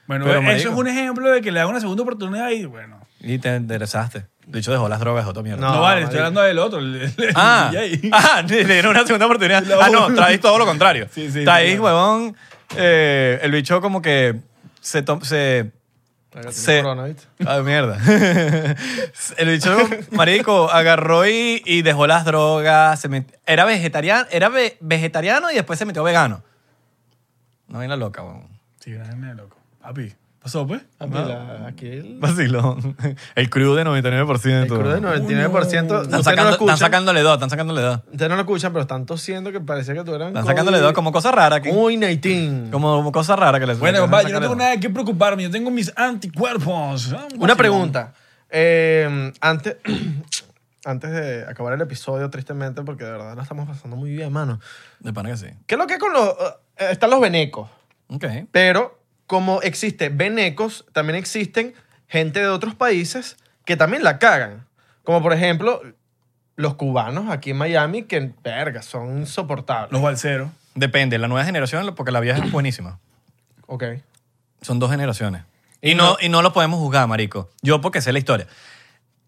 S2: Bueno,
S1: Pero,
S2: eso
S1: marico.
S2: es un ejemplo de que le da una segunda oportunidad y bueno.
S1: Y te interesaste. De hecho, dejó las drogas, dejó toda mierda.
S2: No,
S3: No,
S2: vale, estoy
S3: marico.
S2: hablando del otro. el- el- el
S1: Ah,
S2: DJ.
S1: ah, le le dieron una segunda oportunidad.
S2: Lo-
S1: Ah, no, Travis todo lo contrario.
S2: Sí, sí,
S1: Travis,
S2: sí, claro.
S1: huevón, eh, el bicho como que se, to- se
S3: Marico,
S1: Se-
S3: tiene corona, ¿viste?
S1: Ay, Ah, mierda. El bicho, marico, agarró y, y dejó las drogas. se met- Era, vegetariano, era ve- vegetariano y después se metió vegano. No hay la loca, weón.
S2: Sí, una vaina de loco. Papi, ¿pasó, pues?
S1: Ah,
S3: Aquí la- aquí el,
S1: Vacilón. El crudo de 99%.
S3: el crudo del 99%.
S1: Están,
S3: ustedes no
S1: sacando-
S3: lo
S1: están
S3: escuchan.
S1: sacándole dos, están sacándole dos.
S3: Ustedes no lo escuchan, pero están tosiendo que parecía que tú eran.
S1: Están sacándole dos como cosa rara. que-
S3: Uy, 19
S1: Como, como cosa rara que les
S2: Bueno,
S1: están
S2: papá, yo no
S1: sacándole
S2: tengo
S1: dos.
S2: nada que preocuparme. Yo tengo mis anticuerpos. Ah,
S3: Una
S2: vacilón.
S3: pregunta. Eh, antes, antes de acabar el episodio, tristemente, porque de verdad lo estamos pasando muy bien, mano.
S1: De pana que sí.
S3: ¿Qué es lo que es con los. eh, están los venecos.
S1: Ok.
S3: Pero como existe venecos, también existen gente de otros países que también la cagan. Como por ejemplo, los cubanos aquí en Miami, que verga, son insoportables.
S2: Los balseros.
S1: Depende, la nueva generación, porque la vieja es buenísima.
S3: Ok.
S1: Son dos generaciones. Y no, y no lo podemos juzgar, marico. Yo porque sé la historia.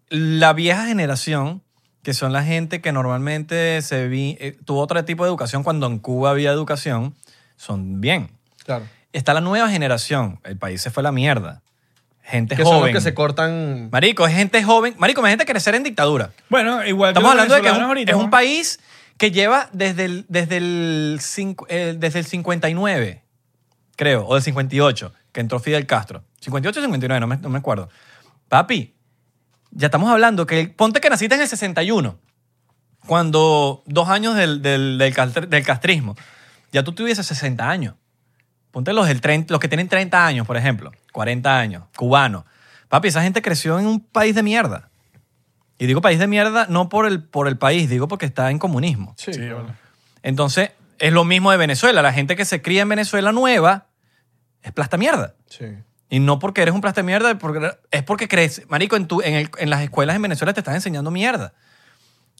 S1: La vieja generación, que son la gente que normalmente se vi, eh, tuvo otro tipo de educación cuando en Cuba había educación, son bien.
S3: Claro.
S1: Está la nueva generación. El país se fue a la mierda. Gente
S3: Que
S1: Este joven.
S3: son los que se cortan.
S1: Marico, es gente joven. Marico, imagínate crecer en dictadura.
S2: Bueno, igual
S1: Estamos
S2: los
S1: hablando de que es un,
S2: venezolanos ahorita,
S1: es un
S2: ¿no?
S1: país que lleva desde el, desde, el cincu- eh, desde el 59, creo, o del 58, que entró Fidel Castro. 58 o 59, no me, no me acuerdo. Papi, ya estamos hablando que el- ponte que naciste en el 61, cuando dos años del, del, del castr- del castrismo, ya tú tuvieses 60 años. Ponte los, del 30 los que tienen 30 años, por ejemplo, 40 años, cubanos. Papi, esa gente creció en un país de mierda. Y digo país de mierda no por el, por el país, digo porque está en comunismo.
S3: Sí,
S2: Sí,
S3: claro.
S2: bueno.
S1: Entonces, es lo mismo de Venezuela. La gente que se cría en Venezuela nueva es plasta mierda.
S3: Sí.
S1: Y no porque eres un plasta mierda, porque, es porque crees. Marico, en, tu, en, el- en las escuelas en Venezuela te están enseñando mierda.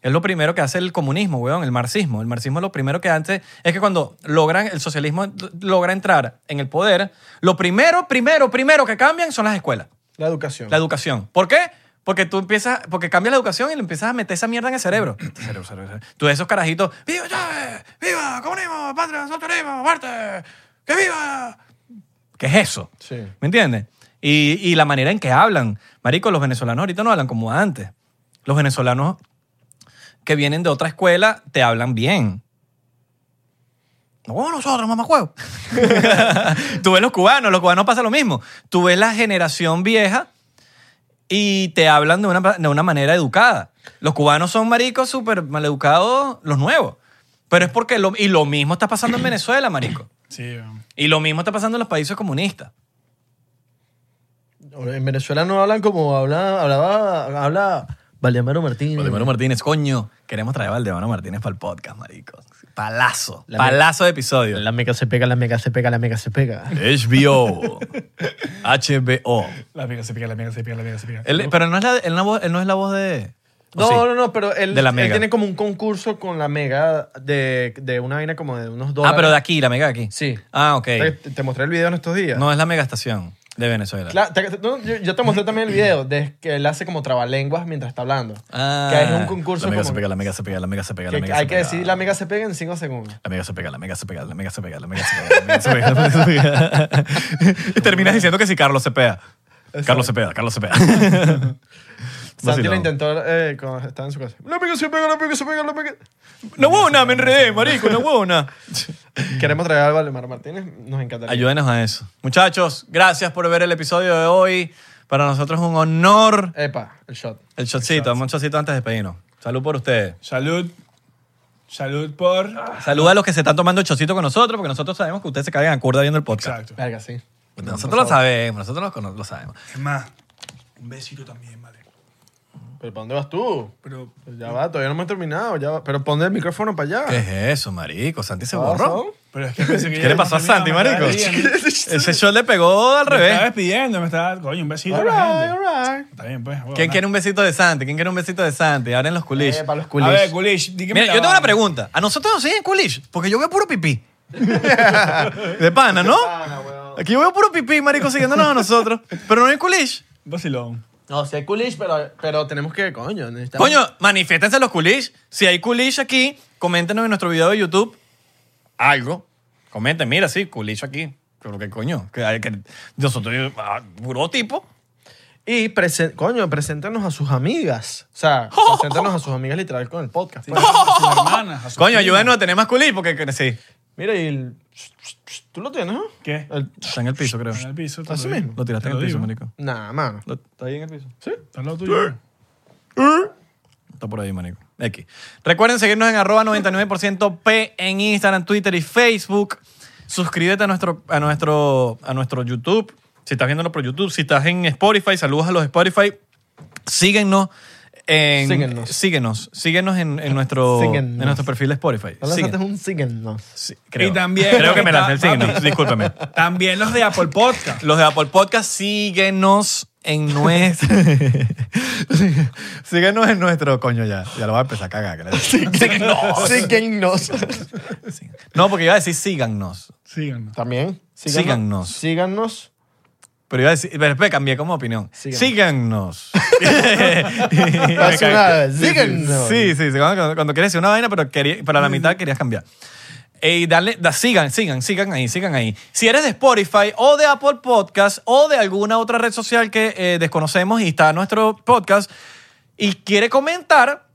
S1: Es lo primero que hace el comunismo, weón, el marxismo. El marxismo es lo primero que antes. Es que cuando logran, el socialismo logra entrar en el poder, lo primero, primero, primero que cambian son las escuelas.
S3: La educación.
S1: La educación. ¿Por qué? Porque tú empiezas, porque cambias la educación y le empiezas a meter esa mierda en el cerebro. Cerebro, cerebro, cerebro. Tú esos carajitos, ¡Viva Chávez! ¡Viva comunismo! ¡Patria, socialismo! ¡Muerte! ¡Que viva! ¿Qué es eso?
S3: Sí.
S1: ¿Me entiendes? Y, y la manera en que hablan. Marico, los venezolanos ahorita no hablan como antes. Los venezolanos que vienen de otra escuela te hablan bien. No como nosotros, mamacuevo. Tú ves los cubanos, los cubanos pasa lo mismo. Tú ves la generación vieja y te hablan de una, de una manera educada. Los cubanos son maricos súper maleducados, los nuevos. Pero es porque, lo, y lo mismo está pasando en Venezuela, marico.
S2: Sí, bueno.
S1: Y lo mismo está pasando en los países comunistas.
S3: En Venezuela no hablan como habla, hablaba, habla Valdemaro Martínez.
S1: Valdemaro Martínez, coño. Queremos traer a Valdemaro Martínez para el podcast, marico. Palazo.
S3: La
S1: palazo de episodio.
S3: La meca se pega, la meca se pega, la meca se pega.
S1: HBO. HBO.
S2: La pica se pica, la pica se pica, la pica se pica.
S1: Él- pero no es, la, él, no, vo- él no es la voz de... ¿o
S3: No,
S1: sí?
S3: no, no, pero él,
S1: De la
S3: él
S1: Mega.
S3: tiene como un concurso con la mega de, de una vaina como de unos dólares.
S1: Ah, pero de aquí, la mega de aquí.
S3: Sí.
S1: Ah, ok.
S3: Te, te mostré el video en estos días.
S1: No es la mega estación de Venezuela.
S3: Cla- te- te- no, yo, yo te mostré también el video de que él hace como trabalenguas mientras está hablando.
S1: Ah,
S3: que es un concurso
S1: La mega se
S3: como-
S1: pega, la mega se pega, la mega se pega, la
S3: que
S1: mega
S3: hay
S1: se
S3: que
S1: pega.
S3: decir la mega se pega en 5 segundos.
S1: La mega se pega, la mega se pega, la mega se pega, la mega se pega, la mega se pega, la mega se pega. Y terminas diciendo que sí, Carlos se pega. Carlos se pega, Carlos se pega.
S3: Santi lo
S1: Vacilón.
S3: intentó eh, cuando estaba en su casa. La mega se pega, la mega se pega, la mega.
S1: No buena, me enredé, marico, no buena.
S3: Queremos traer a Valdemar Martínez, nos encantaría.
S1: Ayúdenos a eso. Muchachos, gracias por ver el episodio de hoy. Para nosotros es un honor.
S3: Epa, el shot.
S1: El shotcito, un shotcito antes de despedirnos. Salud por ustedes.
S2: Salud. Salud por...
S1: Salud a los que se están tomando el shotcito con nosotros, porque nosotros sabemos que ustedes se caen en curda viendo el podcast.
S2: Exacto.
S3: Verga, sí.
S1: Nosotros lo sabemos, nosotros lo, cono- lo sabemos.
S2: Es más, un besito también, vale.
S3: ¿Pero para dónde vas tú?
S2: Pero...
S3: Pues ya va, todavía no hemos terminado. Ya va. Pero pon el micrófono para allá.
S1: ¿Qué es eso, marico? Santi se
S3: Ah,
S1: borró.
S3: son.
S2: Pero es que pensé que
S1: ¿Qué
S2: ya
S1: le pasó a
S2: habíamos
S1: Santi, marico?
S2: terminado, me estaba despidiendo.
S1: Ese shot le pegó al
S2: Me estaba
S1: revés.
S2: despidiendo, me estaba... Coño, un besito a
S3: All
S2: la
S3: right,
S2: gente.
S3: all right.
S2: Está bien, pues. bueno,
S1: ¿Quién
S2: nada.
S1: quiere un besito de Santi? ¿Quién quiere un besito de Santi? Abren los culiches.
S3: Eh, para los
S2: A ver,
S3: culis.
S2: Kulish, dígame
S1: Mira,
S2: la
S1: yo tengo una
S2: vaina.
S1: pregunta. A nosotros nos siguen culish, porque yo veo puro pipí. De pana, ¿no? Aquí yo veo puro pipí, marico, siguiéndonos a nosotros. Pero no hay culish.
S2: Vacilón.
S3: No, sé culis, pero, pero tenemos que, coño. necesitamos-
S1: Coño, manifiéstense los culish. Si hay culish aquí, coméntenos en nuestro video de YouTube algo. Comenten, mira, sí, culish aquí. Pero qué coño. Que, hay que- yo soy ah, puro tipo.
S3: Y, presen- coño, preséntanos a sus amigas. O sea, preséntanos a sus amigas literal con el podcast. pues.
S2: A sus hermanas, a sus
S1: Coño,
S2: primas.
S1: ayúdenos a tener más culí porque que- sí.
S3: Mira, y el... ¿Tú lo tienes, no?
S2: ¿Qué?
S3: El-
S1: Está en el piso, creo.
S2: En el piso. te
S3: Así
S2: lo digo.
S3: mismo.
S1: Lo tiraste
S2: Te
S1: en el piso,
S2: digo.
S1: marico.
S3: Nah, mano.
S1: Lo- Está ahí en el piso.
S2: Está al lado tuyo.
S1: Está por ahí, manico. X. Recuerden seguirnos en arroba 99% P en Instagram, Twitter y Facebook. Suscríbete a nuestro, a nuestro, a nuestro YouTube. Si estás viéndolo por YouTube, si estás en Spotify, saludos a los Spotify. Síguenos. En,
S3: Síguenos.
S1: Síguenos. Síguenos en, en nuestro,
S3: Síguenos.
S1: en nuestro perfil de Spotify.
S3: No lanzaste
S1: Síguenos.
S3: un síguenos.
S1: Sí, creo.
S2: Y también-
S1: Creo que me lancé el
S2: Papi.
S1: síguenos. Discúlpame.
S2: También los de Apple Podcast.
S1: Los de Apple Podcast, síguenos en nuestro. síguenos en nuestro. Coño, ya. Ya lo voy a empezar a cagar. que le- Síguenos.
S3: Síguenos.
S1: No, porque iba a decir síganos.
S2: Síganos.
S3: También.
S1: Síganos.
S3: Síganos.
S1: Pero iba a decir. Pero después cambié como opinión.
S3: Síganos.
S1: Síganos.
S3: Hace una- síganos.
S1: Sí, sí, sí. Cuando, cuando quieres decir una vaina, pero, quería, pero a la mitad querías cambiar. Eh, Y darle, da- sigan, sigan, sigan ahí, sigan ahí. Si eres de Spotify o de Apple Podcast o de alguna otra red social que eh, desconocemos y está nuestro podcast y quiere comentar,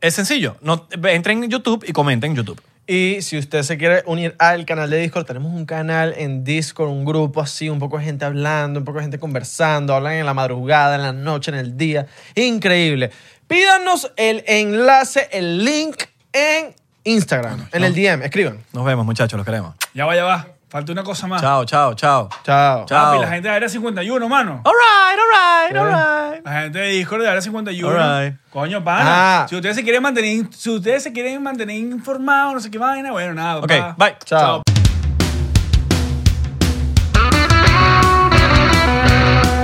S1: es sencillo. No, entren en YouTube y comenten en YouTube.
S3: Y si usted se quiere unir al canal de Discord, tenemos un canal en Discord, un grupo así, un poco de gente hablando, un poco de gente conversando, hablan en la madrugada, en la noche, en el día. Increíble. Pídanos el enlace, el link en Instagram, en el DM. Escriban.
S1: Nos vemos, muchachos, los queremos.
S2: Ya va, ya va. Falta una cosa
S3: Ah.
S2: más.
S1: Chao, chao, chao.
S3: Chao.
S1: Chao.
S2: Papi, la gente de Área 51, mano.
S1: All right, all right, all
S3: Ok.
S1: right.
S2: La gente de Discord de Área 51.
S1: Alright.
S2: Coño, pana.
S3: Ah.
S2: Si ustedes se quieren mantener, si ustedes se quieren mantener informados, no sé qué vaina, bueno, nada.
S1: Ok,
S2: papá.
S1: bye.
S3: Chao.